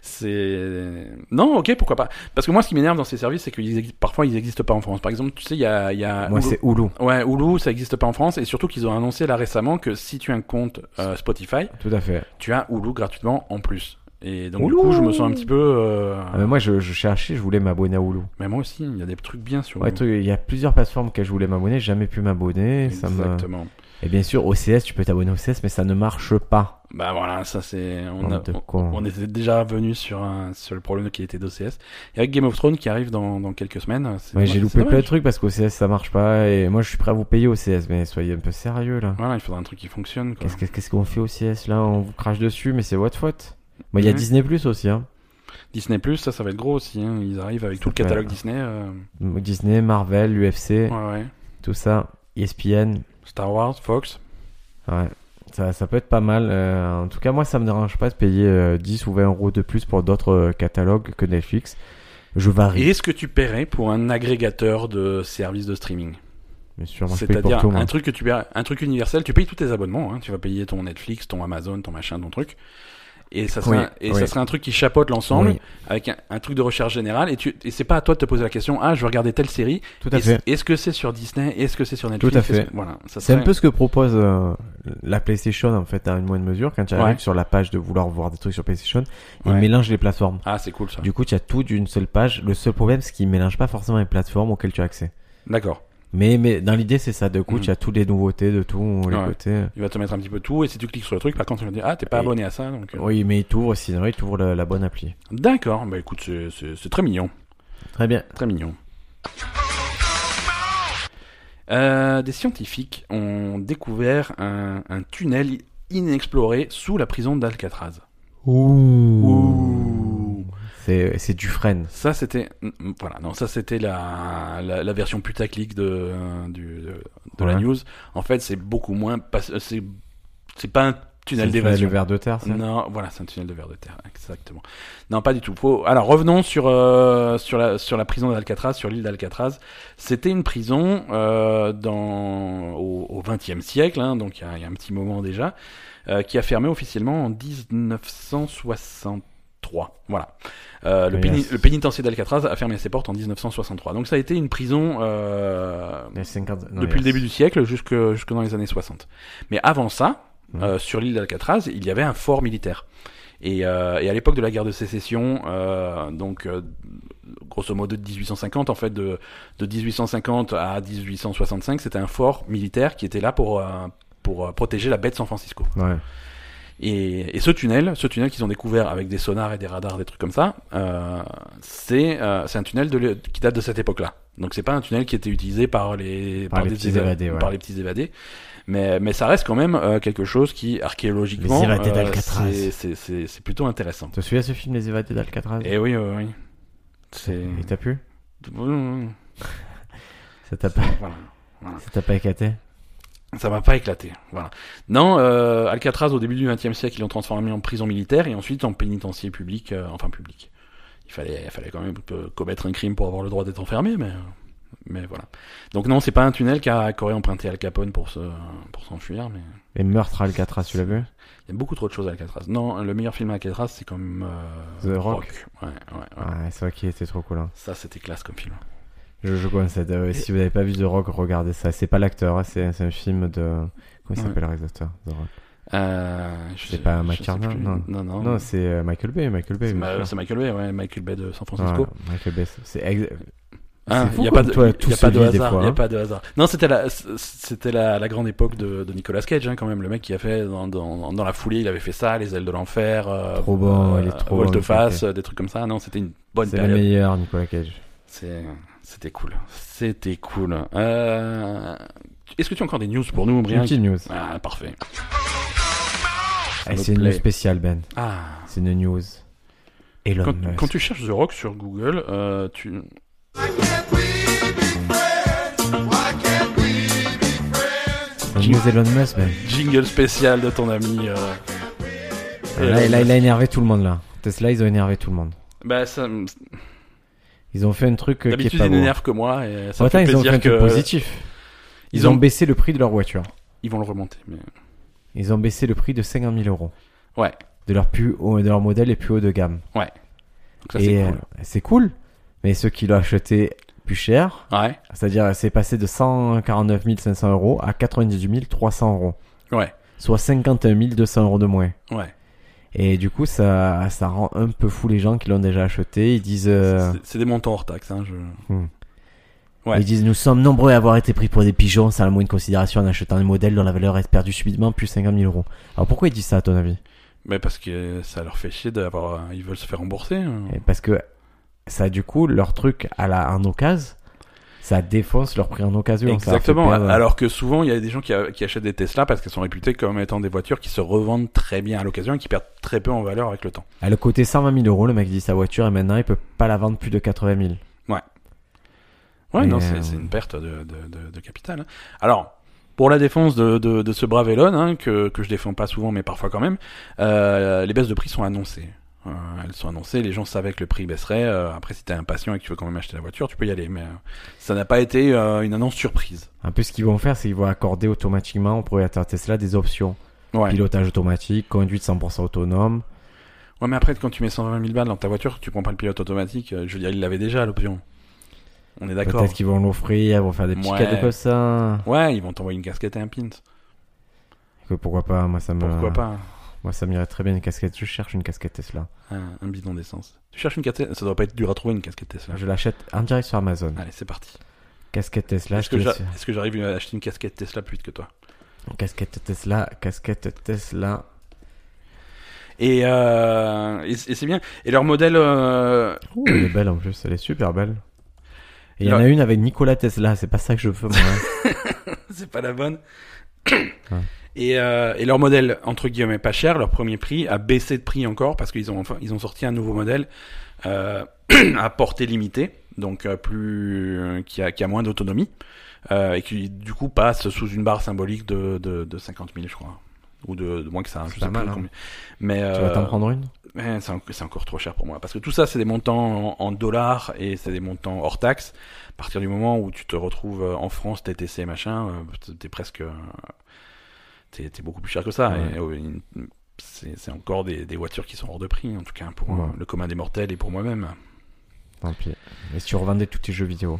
[SPEAKER 1] C'est euh, non, ok, pourquoi pas. Parce que moi, ce qui m'énerve dans ces services, c'est que parfois ils n'existent pas en France. Par exemple, tu sais, il y a, il y a
[SPEAKER 2] Moi,
[SPEAKER 1] Ah, Hulu.
[SPEAKER 2] c'est Hulu,
[SPEAKER 1] ouais, Hulu, ça n'existe pas en France, et surtout qu'ils ont annoncé là récemment que si tu as un compte euh, Spotify,
[SPEAKER 2] tout à fait.
[SPEAKER 1] tu as Hulu gratuitement en plus. Et donc du
[SPEAKER 2] Hulu.
[SPEAKER 1] coup, je me sens un petit peu. euh,
[SPEAKER 2] Ah, mais moi, je, je cherchais, je voulais m'abonner à Hulu.
[SPEAKER 1] Mais moi aussi, il y a des trucs bien sur
[SPEAKER 2] Ouais,
[SPEAKER 1] Hulu.
[SPEAKER 2] tu- il y a plusieurs plateformes que je voulais m'abonner, j'ai jamais pu m'abonner. Ça me...
[SPEAKER 1] Exactement.
[SPEAKER 2] Et bien sûr, OCS, tu peux t'abonner au OCS, mais ça ne marche pas.
[SPEAKER 1] Bah voilà, ça c'est. On, a-
[SPEAKER 2] Bande de
[SPEAKER 1] on-
[SPEAKER 2] cons.
[SPEAKER 1] on était déjà venu sur, un- sur le problème qui était d'OCS. Et avec Game of Thrones qui arrive dans, dans quelques semaines. c'est
[SPEAKER 2] Ouais,
[SPEAKER 1] dommage,
[SPEAKER 2] j'ai
[SPEAKER 1] c'est
[SPEAKER 2] loupé plein de
[SPEAKER 1] dommage.
[SPEAKER 2] trucs parce qu'OCS ça marche pas et moi je suis prêt à vous payer OCS, mais soyez un peu sérieux là.
[SPEAKER 1] Voilà, il faudra un truc qui fonctionne. Quoi.
[SPEAKER 2] Qu'est-ce que- qu'est-ce qu'on fait OCS là On vous crache dessus, mais c'est votre faute. Moi, il y a
[SPEAKER 1] Ouais.
[SPEAKER 2] Disney Plus aussi. Hein.
[SPEAKER 1] Disney Plus, ça, ça va être gros aussi. hein. Ils arrivent avec
[SPEAKER 2] Ça
[SPEAKER 1] tout le
[SPEAKER 2] fait-
[SPEAKER 1] catalogue Disney. euh,
[SPEAKER 2] Disney, Marvel, UFC,
[SPEAKER 1] Ouais, ouais.
[SPEAKER 2] tout ça, E ESPN.
[SPEAKER 1] Star Wars, Fox.
[SPEAKER 2] Ouais. Ça, ça peut être pas mal. euh, en tout cas, moi, ça me dérange pas de payer euh, 10 ou 20 euros de plus pour d'autres euh, catalogues que Netflix. Je varie.
[SPEAKER 1] Et est-ce que tu paierais pour un agrégateur de services de streaming
[SPEAKER 2] Bien sûr, Ah, moi, je paye pour
[SPEAKER 1] C'est-à-dire
[SPEAKER 2] tout. moi.
[SPEAKER 1] un truc que tu paies- un truc universel, tu payes tous tes abonnements, hein. tu vas payer ton Netflix, ton Amazon, ton machin, ton truc. Et ça serait
[SPEAKER 2] Oui,
[SPEAKER 1] un, et
[SPEAKER 2] oui.
[SPEAKER 1] ça serait un truc qui chapeaute l'ensemble
[SPEAKER 2] Oui,
[SPEAKER 1] avec un, un truc de recherche générale et tu et c'est pas à toi de te poser la question ah je vais regarder telle série
[SPEAKER 2] tout à
[SPEAKER 1] est-ce
[SPEAKER 2] fait.
[SPEAKER 1] est-ce que c'est sur Disney est-ce que c'est sur Netflix
[SPEAKER 2] Tout à fait.
[SPEAKER 1] Est-ce que- voilà ça
[SPEAKER 2] C'est un
[SPEAKER 1] serait-
[SPEAKER 2] peu ce que propose euh, la PlayStation en fait à une moindre mesure quand tu arrives
[SPEAKER 1] Ouais.
[SPEAKER 2] sur la page de vouloir voir des trucs sur PlayStation, ils
[SPEAKER 1] Ouais.
[SPEAKER 2] mélangent les plateformes.
[SPEAKER 1] ah c'est cool ça
[SPEAKER 2] Du coup, tu as tout d'une seule page. Le seul problème, c'est qu'ils mélangent pas forcément les plateformes auxquelles tu as accès.
[SPEAKER 1] d'accord
[SPEAKER 2] Mais, mais dans l'idée, c'est ça. De coup,
[SPEAKER 1] Mhm.
[SPEAKER 2] tu as toutes les nouveautés de tous les
[SPEAKER 1] Ouais.
[SPEAKER 2] côtés.
[SPEAKER 1] il va te mettre un petit peu tout et si tu cliques sur le truc par contre il va te dire ah t'es pas
[SPEAKER 2] Et-
[SPEAKER 1] abonné à ça donc euh,
[SPEAKER 2] Oui, mais ils t'ouvrent, sinon ils t'ouvrent la, la bonne appli.
[SPEAKER 1] d'accord bah écoute c'est- c'est c'est très mignon
[SPEAKER 2] Très bien.
[SPEAKER 1] Très mignon. Euh, des scientifiques ont découvert un, un tunnel inexploré sous la prison d'Alcatraz. Ouh.
[SPEAKER 2] C'est c'est Dufresne.
[SPEAKER 1] Ça, c'était. mm, Voilà, non, ça, c'était la, la, la version putaclic de, euh, du, de, de la
[SPEAKER 2] Ouais.
[SPEAKER 1] news. En fait, c'est beaucoup moins. pas- C'est c'est pas un tunnel
[SPEAKER 2] C'est le
[SPEAKER 1] d'évasion.
[SPEAKER 2] verre de terre. Ça.
[SPEAKER 1] Non, voilà, c'est un tunnel de verre de terre, exactement. Non, pas du tout. Faut- Alors revenons sur euh, sur la sur la prison d'Alcatraz, sur l'île d'Alcatraz. C'était une prison euh, dans au, au XXe siècle, hein, donc il y a- il y, a un petit moment déjà, euh, qui a fermé officiellement en 1963 1963. Voilà. Euh, le,
[SPEAKER 2] Yes.
[SPEAKER 1] péni- le pénitencier d'Alcatraz a fermé ses portes en 1963. Donc ça a été une prison euh,
[SPEAKER 2] Les 50 non,
[SPEAKER 1] depuis le
[SPEAKER 2] yes.
[SPEAKER 1] début du siècle jusque, jusque dans les années 60. Mais avant ça,
[SPEAKER 2] Mhm.
[SPEAKER 1] euh, sur l'île d'Alcatraz, il y avait un fort militaire. Et, euh, et à l'époque de la guerre de sécession, euh, donc euh, grosso modo de 1850, en fait de, de 1850 à 1865, c'était un fort militaire qui était là pour, euh, pour euh, protéger la baie de San Francisco.
[SPEAKER 2] Ouais.
[SPEAKER 1] Et, et ce tunnel, ce tunnel qu'ils ont découvert avec des sonars et des radars, des trucs comme ça, euh, c'est euh, c'est un tunnel de l'é- qui date de cette époque-là. Donc c'est pas un tunnel qui était utilisé par les
[SPEAKER 2] Par les
[SPEAKER 1] des-
[SPEAKER 2] petits
[SPEAKER 1] des-
[SPEAKER 2] évadés, ouais.
[SPEAKER 1] par les petits évadés. Mais mais ça reste quand même euh, quelque chose qui archéologiquement
[SPEAKER 2] Les évadés
[SPEAKER 1] euh,
[SPEAKER 2] d'Alcatraz.
[SPEAKER 1] c'est- c'est c'est c'est plutôt intéressant.
[SPEAKER 2] T'as suivi à ce film Les évadés d'Alcatraz
[SPEAKER 1] Et oui oui. oui. C'est
[SPEAKER 2] Et t'as plu
[SPEAKER 1] Mmh,
[SPEAKER 2] Ça t'a pas,
[SPEAKER 1] voilà.
[SPEAKER 2] ça t'a pas éclaté
[SPEAKER 1] Ça m'a pas éclaté. Voilà. Non, euh, Alcatraz au début du XXe siècle, ils l'ont transformé en prison militaire et ensuite en pénitencier public, euh, enfin public. Il fallait, il fallait quand même euh, commettre un crime pour avoir le droit d'être enfermé, mais, mais voilà. Donc non, c'est pas un tunnel qu'a qu'aurait emprunté Al Capone pour se, pour s'enfuir, mais
[SPEAKER 2] Les meurtres à Alcatraz, tu l'as vu
[SPEAKER 1] il y a beaucoup trop de choses à Alcatraz. Non, le meilleur film à Alcatraz, c'est comme euh,
[SPEAKER 2] The Rock. Ah.
[SPEAKER 1] Ouais, ouais, ouais.
[SPEAKER 2] Ouais, c'est vrai qu'il était trop cool. hein.
[SPEAKER 1] Ça, c'était classe comme film.
[SPEAKER 2] Je, je conseille. de- si vous n'avez pas vu The Rock, regardez ça. C'est pas l'acteur, hein, c'est c'est un film de. Comment il
[SPEAKER 1] Ouais.
[SPEAKER 2] s'appelle le réalisateur The Rock
[SPEAKER 1] Euh, je
[SPEAKER 2] C'est
[SPEAKER 1] sais-
[SPEAKER 2] pas
[SPEAKER 1] je
[SPEAKER 2] McTiernan,
[SPEAKER 1] sais plus.
[SPEAKER 2] non.
[SPEAKER 1] non, non.
[SPEAKER 2] Non, c'est euh, Michael Bay. Michael Bay.
[SPEAKER 1] c'est
[SPEAKER 2] bien
[SPEAKER 1] Ma-
[SPEAKER 2] sûr.
[SPEAKER 1] c'est Michael Bay, ouais, Michael Bay de San Francisco.
[SPEAKER 2] Ouais, Michael Bay. c'est- C'est ex-
[SPEAKER 1] Hein,
[SPEAKER 2] C'est fou
[SPEAKER 1] Il n'y a
[SPEAKER 2] comme
[SPEAKER 1] pas de,
[SPEAKER 2] toi,
[SPEAKER 1] il y a
[SPEAKER 2] tout se
[SPEAKER 1] pas de
[SPEAKER 2] lit des
[SPEAKER 1] hasard.
[SPEAKER 2] fois,
[SPEAKER 1] il y a
[SPEAKER 2] hein.
[SPEAKER 1] pas de hasard. Non, c'était la, c'était la, la grande époque de, de Nicolas Cage hein, quand même. Le mec qui a fait dans, dans, dans la foulée, il avait fait ça, les ailes de l'enfer, euh,
[SPEAKER 2] Trop bon, il est trop bon,
[SPEAKER 1] volte-face,
[SPEAKER 2] Nicolas
[SPEAKER 1] euh, des trucs comme ça. Non, c'était une bonne
[SPEAKER 2] c'est le
[SPEAKER 1] période.
[SPEAKER 2] meilleur, Nicolas Cage.
[SPEAKER 1] C'est- C'était cool, c'était cool. Euh, Est-ce que tu as encore des news pour nous,
[SPEAKER 2] Une
[SPEAKER 1] Brian
[SPEAKER 2] petite news.
[SPEAKER 1] Ah, parfait.
[SPEAKER 2] Eh,
[SPEAKER 1] me
[SPEAKER 2] c'est une news
[SPEAKER 1] plaît.
[SPEAKER 2] spéciale, Ben.
[SPEAKER 1] Ah,
[SPEAKER 2] C'est une news. Elon
[SPEAKER 1] quand,
[SPEAKER 2] Musk.
[SPEAKER 1] quand tu cherches The Rock sur Google, euh, tu
[SPEAKER 2] C'est une news Elon Musk, Ben.
[SPEAKER 1] jingle spécial de ton ami. euh,
[SPEAKER 2] Là, là, il a énervé tout le monde, là. Tesla, ils ont énervé tout le monde.
[SPEAKER 1] Bah, ça, me-
[SPEAKER 2] Ils ont fait un truc euh, qui est
[SPEAKER 1] D'habitude,
[SPEAKER 2] pas
[SPEAKER 1] ils
[SPEAKER 2] beau.
[SPEAKER 1] n'énervent que moi et ça me
[SPEAKER 2] Pourtant,
[SPEAKER 1] fait
[SPEAKER 2] ils ont fait un
[SPEAKER 1] plaisir
[SPEAKER 2] truc
[SPEAKER 1] que
[SPEAKER 2] positif. Ils,
[SPEAKER 1] Ils
[SPEAKER 2] ont...
[SPEAKER 1] ont-
[SPEAKER 2] baissé le prix de leur voiture.
[SPEAKER 1] ils vont le remonter. Mais...
[SPEAKER 2] Ils ont baissé le prix de 50 000 euros.
[SPEAKER 1] Ouais.
[SPEAKER 2] De leur, plus haut, de leur modèle les plus haut de gamme.
[SPEAKER 1] Donc ça,
[SPEAKER 2] Et
[SPEAKER 1] c'est
[SPEAKER 2] euh,
[SPEAKER 1] cool.
[SPEAKER 2] c'est cool. Mais ceux qui l'ont acheté plus cher,
[SPEAKER 1] Ouais,
[SPEAKER 2] c'est-à-dire c'est passé de 149 500 euros à 98 300 euros.
[SPEAKER 1] ouais,
[SPEAKER 2] Soit 51 200 euros de moins.
[SPEAKER 1] ouais.
[SPEAKER 2] Et du coup, ça, ça rend un peu fou les gens qui l'ont déjà acheté. Ils disent, euh,
[SPEAKER 1] C'est- C'est des montants hors taxe. Hein, je... ouais.
[SPEAKER 2] ils disent, nous sommes nombreux à avoir été pris pour des pigeons. Ça a moins de considération en achetant un modèle dont la valeur est perdue subitement plus 50 000 euros. Alors pourquoi ils disent ça à ton avis
[SPEAKER 1] Mais parce que ça leur fait chier d'avoir. euh, Ils veulent se faire rembourser. hein.
[SPEAKER 2] Et Parce que ça, du coup, leur truc à la, en occasion, ça défonce leur prix en occasion. ça leur fait
[SPEAKER 1] Exactement.
[SPEAKER 2] perdre.
[SPEAKER 1] Alors que souvent, il y a des gens qui, a- qui achètent des Tesla parce qu'elles sont réputées comme étant des voitures qui se revendent très bien à l'occasion et qui perdent très peu en valeur avec le temps.
[SPEAKER 2] euh, Elle a coté 120 000 euros, le mec dit sa voiture, et maintenant il peut pas la vendre plus de 80 000.
[SPEAKER 1] Ouais,
[SPEAKER 2] Mais,
[SPEAKER 1] non,
[SPEAKER 2] euh,
[SPEAKER 1] c'est c'est une perte de, de, de, de capital. hein. Alors, pour la défense de, de, de ce brave Elon, hein, que, que je défends pas souvent, mais parfois quand même, euh, les baisses de prix sont annoncées. Euh, elles sont annoncées, les gens savaient que le prix baisserait. euh, après, si t'es impatient et que tu veux quand même acheter la voiture, tu peux y aller. Mais euh, ça n'a pas été euh, une annonce surprise.
[SPEAKER 2] Un peu ce qu'ils vont faire, c'est qu'ils vont accorder automatiquement au propriétaire Tesla des options.
[SPEAKER 1] Ouais.
[SPEAKER 2] Pilotage automatique, conduite 100% autonome.
[SPEAKER 1] ouais, mais après, quand tu mets 120 000 balles dans ta voiture, tu prends pas le pilote automatique. euh, Je veux dire, il l'avait déjà l'option. On est d'accord.
[SPEAKER 2] Peut-être qu'ils vont l'offrir, ils vont faire des petits
[SPEAKER 1] Ouais.
[SPEAKER 2] cadeaux comme ça.
[SPEAKER 1] Ouais, ils vont t'envoyer une casquette et un pint.
[SPEAKER 2] Que pourquoi pas, moi ça me...
[SPEAKER 1] Pourquoi pas
[SPEAKER 2] Moi ça m'irait très bien une casquette, je cherche une casquette Tesla.
[SPEAKER 1] un, hein, un bidon d'essence. Tu cherches une casquette Ça doit pas être dur à trouver une casquette Tesla.
[SPEAKER 2] Je l'achète en direct sur Amazon.
[SPEAKER 1] Allez, c'est parti.
[SPEAKER 2] Casquette Tesla,
[SPEAKER 1] Est-ce
[SPEAKER 2] je te
[SPEAKER 1] que, j'a-
[SPEAKER 2] laisse-
[SPEAKER 1] est-ce que j'arrive à acheter une casquette Tesla plus vite que toi
[SPEAKER 2] Casquette Tesla, casquette Tesla.
[SPEAKER 1] Et, euh, et, c- et c'est bien. Et leur modèle, euh,
[SPEAKER 2] Ouh, elle est belle en plus, elle est super belle. Et il y en
[SPEAKER 1] Là-
[SPEAKER 2] a une avec Nikola Tesla, c'est pas ça que je veux moi. hein.
[SPEAKER 1] c'est pas la bonne.
[SPEAKER 2] Ouais.
[SPEAKER 1] Et, euh, et leur modèle entre guillemets pas cher, leur premier prix a baissé de prix encore parce qu'ils ont enfin ils ont sorti un nouveau modèle euh, à portée limitée, donc euh, plus euh, qui a qui a moins d'autonomie euh, et qui du coup passe sous une barre symbolique de de, de 50 000 je crois ou de, de moins que ça.
[SPEAKER 2] C'est
[SPEAKER 1] je
[SPEAKER 2] pas
[SPEAKER 1] sais
[SPEAKER 2] mal,
[SPEAKER 1] plus
[SPEAKER 2] hein.
[SPEAKER 1] combien. Mais
[SPEAKER 2] Tu vas t'en
[SPEAKER 1] euh,
[SPEAKER 2] prendre une
[SPEAKER 1] Eh, c'est en- c'est encore trop cher pour moi. Parce que tout ça, c'est des montants en, en dollars et c'est des montants hors taxes. À partir du moment où tu te retrouves euh, en France, TTC, machin, euh, t'es- t'es presque. euh, T'es t'es beaucoup plus cher que ça.
[SPEAKER 2] Ouais.
[SPEAKER 1] Et, euh, une- c'est c'est encore des, des voitures qui sont hors de prix, en tout cas pour
[SPEAKER 2] Ouais.
[SPEAKER 1] euh, le commun des mortels et pour moi-même.
[SPEAKER 2] Tant pis. Mais si tu revendais tous tes jeux vidéo.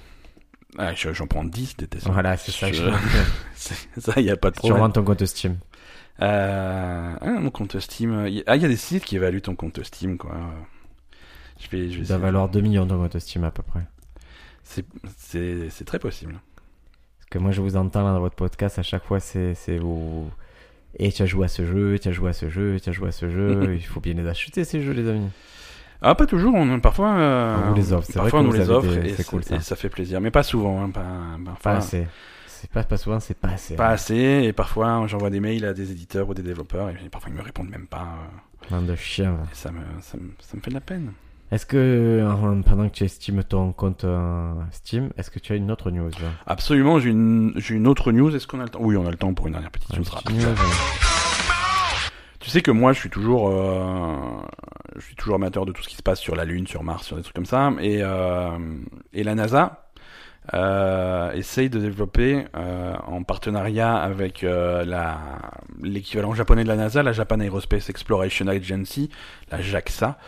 [SPEAKER 1] Ah, je- j'en prends 10 des Tesla.
[SPEAKER 2] Voilà, c'est ça.
[SPEAKER 1] Je-
[SPEAKER 2] je-
[SPEAKER 1] C'est- ça, il n'y a pas de
[SPEAKER 2] Si tu
[SPEAKER 1] problème.
[SPEAKER 2] revends ton compte Steam.
[SPEAKER 1] Euh, ah, mon compte Steam. il y- Ah, il y a des sites qui évaluent ton compte Steam, quoi. Je vais, je vais
[SPEAKER 2] Il doit
[SPEAKER 1] essayer.
[SPEAKER 2] valoir 2 millions ton compte Steam à peu près.
[SPEAKER 1] C'est- C'est c'est très possible.
[SPEAKER 2] Parce que moi, je vous entends là, dans votre podcast, à chaque fois, c'est c'est vous. Et tu as joué à ce jeu, tu as joué à ce jeu, tu as joué à ce jeu. Il faut bien les acheter, ces jeux, les amis.
[SPEAKER 1] Ah, pas toujours. On, parfois, euh,
[SPEAKER 2] On vous les offre, c'est vrai
[SPEAKER 1] parfois
[SPEAKER 2] que
[SPEAKER 1] on nous
[SPEAKER 2] vous
[SPEAKER 1] les
[SPEAKER 2] avez
[SPEAKER 1] offre
[SPEAKER 2] des-
[SPEAKER 1] et,
[SPEAKER 2] c'est cool,
[SPEAKER 1] c'est- et
[SPEAKER 2] ça.
[SPEAKER 1] ça fait plaisir. Mais pas souvent. Hein, pas, ben,
[SPEAKER 2] Pas
[SPEAKER 1] enfin,
[SPEAKER 2] assez. C'est pas, pas souvent, c'est pas assez. hein.
[SPEAKER 1] pas assez. Et parfois, j'envoie des mails à des éditeurs ou des développeurs et parfois ils me répondent même pas. euh,
[SPEAKER 2] Bande de chiens, va.
[SPEAKER 1] et ça me, ça, me, ça me fait de la peine.
[SPEAKER 2] Est-ce que, en- pendant que tu estimes ton compte euh, Steam, est-ce que tu as une autre news hein? là
[SPEAKER 1] Absolument. J'ai une, j'ai une autre news. Est-ce qu'on a le temps Oui, on a le temps pour une dernière petite news
[SPEAKER 2] Une
[SPEAKER 1] rapide.
[SPEAKER 2] petite news, euh,
[SPEAKER 1] Tu sais que moi, je suis toujours, euh, je suis toujours amateur de tout ce qui se passe sur la Lune, sur Mars, sur des trucs comme ça. Et, euh, et la NASA euh, essaye de développer, euh, en partenariat avec euh, la l'équivalent japonais de la NASA, la Japan Aerospace Exploration Agency, la JAXA,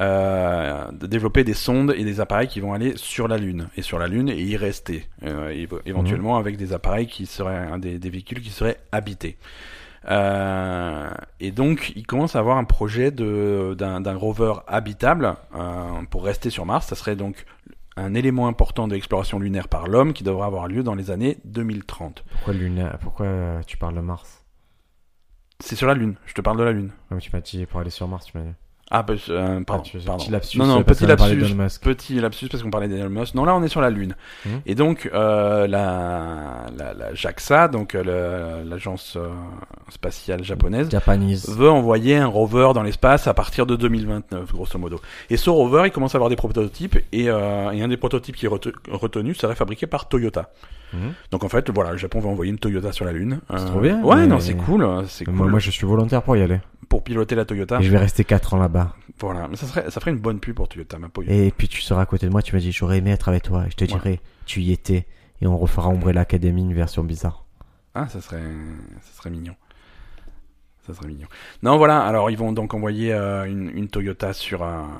[SPEAKER 1] euh, de développer des sondes et des appareils qui vont aller sur la Lune et sur la Lune et y rester, euh, et- éventuellement avec des appareils qui seraient des, des véhicules qui seraient habités. Euh, et donc, ils commencent à avoir un projet de- d'un d'un rover habitable euh, pour rester sur Mars. Ça serait donc un élément important de l'exploration lunaire par l'homme qui devrait avoir lieu dans les années 2030.
[SPEAKER 2] Pourquoi Luna Pourquoi euh, tu parles de Mars
[SPEAKER 1] C'est sur la Lune. Je te parle de la Lune.
[SPEAKER 2] Comme tu m'as dit pour aller sur Mars, tu m'as dit.
[SPEAKER 1] Ah, bah, euh, pardon.
[SPEAKER 2] Ah, tu-
[SPEAKER 1] pardon.
[SPEAKER 2] Petit lapsus.
[SPEAKER 1] non, non,
[SPEAKER 2] parce
[SPEAKER 1] petit
[SPEAKER 2] qu'on a parlé
[SPEAKER 1] lapsus.
[SPEAKER 2] d'Elon Musk.
[SPEAKER 1] Petit lapsus parce qu'on parlait d'Elon Musk. Non, là on est sur la Lune.
[SPEAKER 2] Mhm.
[SPEAKER 1] Et donc euh, la, la, la JAXA, donc euh, le- l'agence euh, spatiale japonaise,
[SPEAKER 2] Japanese.
[SPEAKER 1] veut envoyer un rover dans l'espace à partir de 2029, grosso modo. Et ce rover, il commence à avoir des prototypes, et, euh, et un des prototypes qui est rete- retenu serait fabriqué par Toyota.
[SPEAKER 2] Mhm.
[SPEAKER 1] Donc en fait, voilà, le Japon va envoyer une Toyota sur la Lune.
[SPEAKER 2] C'est
[SPEAKER 1] Euh,
[SPEAKER 2] trop bien,
[SPEAKER 1] Ouais,
[SPEAKER 2] mais-
[SPEAKER 1] non, c'est cool, euh, c'est cool Ah.
[SPEAKER 2] Moi, moi, je suis volontaire pour y aller.
[SPEAKER 1] pour piloter la Toyota.
[SPEAKER 2] Et je vais rester 4 ans là-bas.
[SPEAKER 1] Voilà, mais ça serait, ça ferait une bonne pub pour Toyota, ma poule.
[SPEAKER 2] Et puis tu seras à côté de moi, tu m'as dit j'aurais aimé être avec toi. Et je te
[SPEAKER 1] Ouais.
[SPEAKER 2] dirai, tu y étais. Et on refera Umbrella Academy, une version bizarre.
[SPEAKER 1] Ah, ça serait, ça serait mignon. Ça serait mignon. Non, voilà. Alors, ils vont donc envoyer euh, une, une Toyota sur un-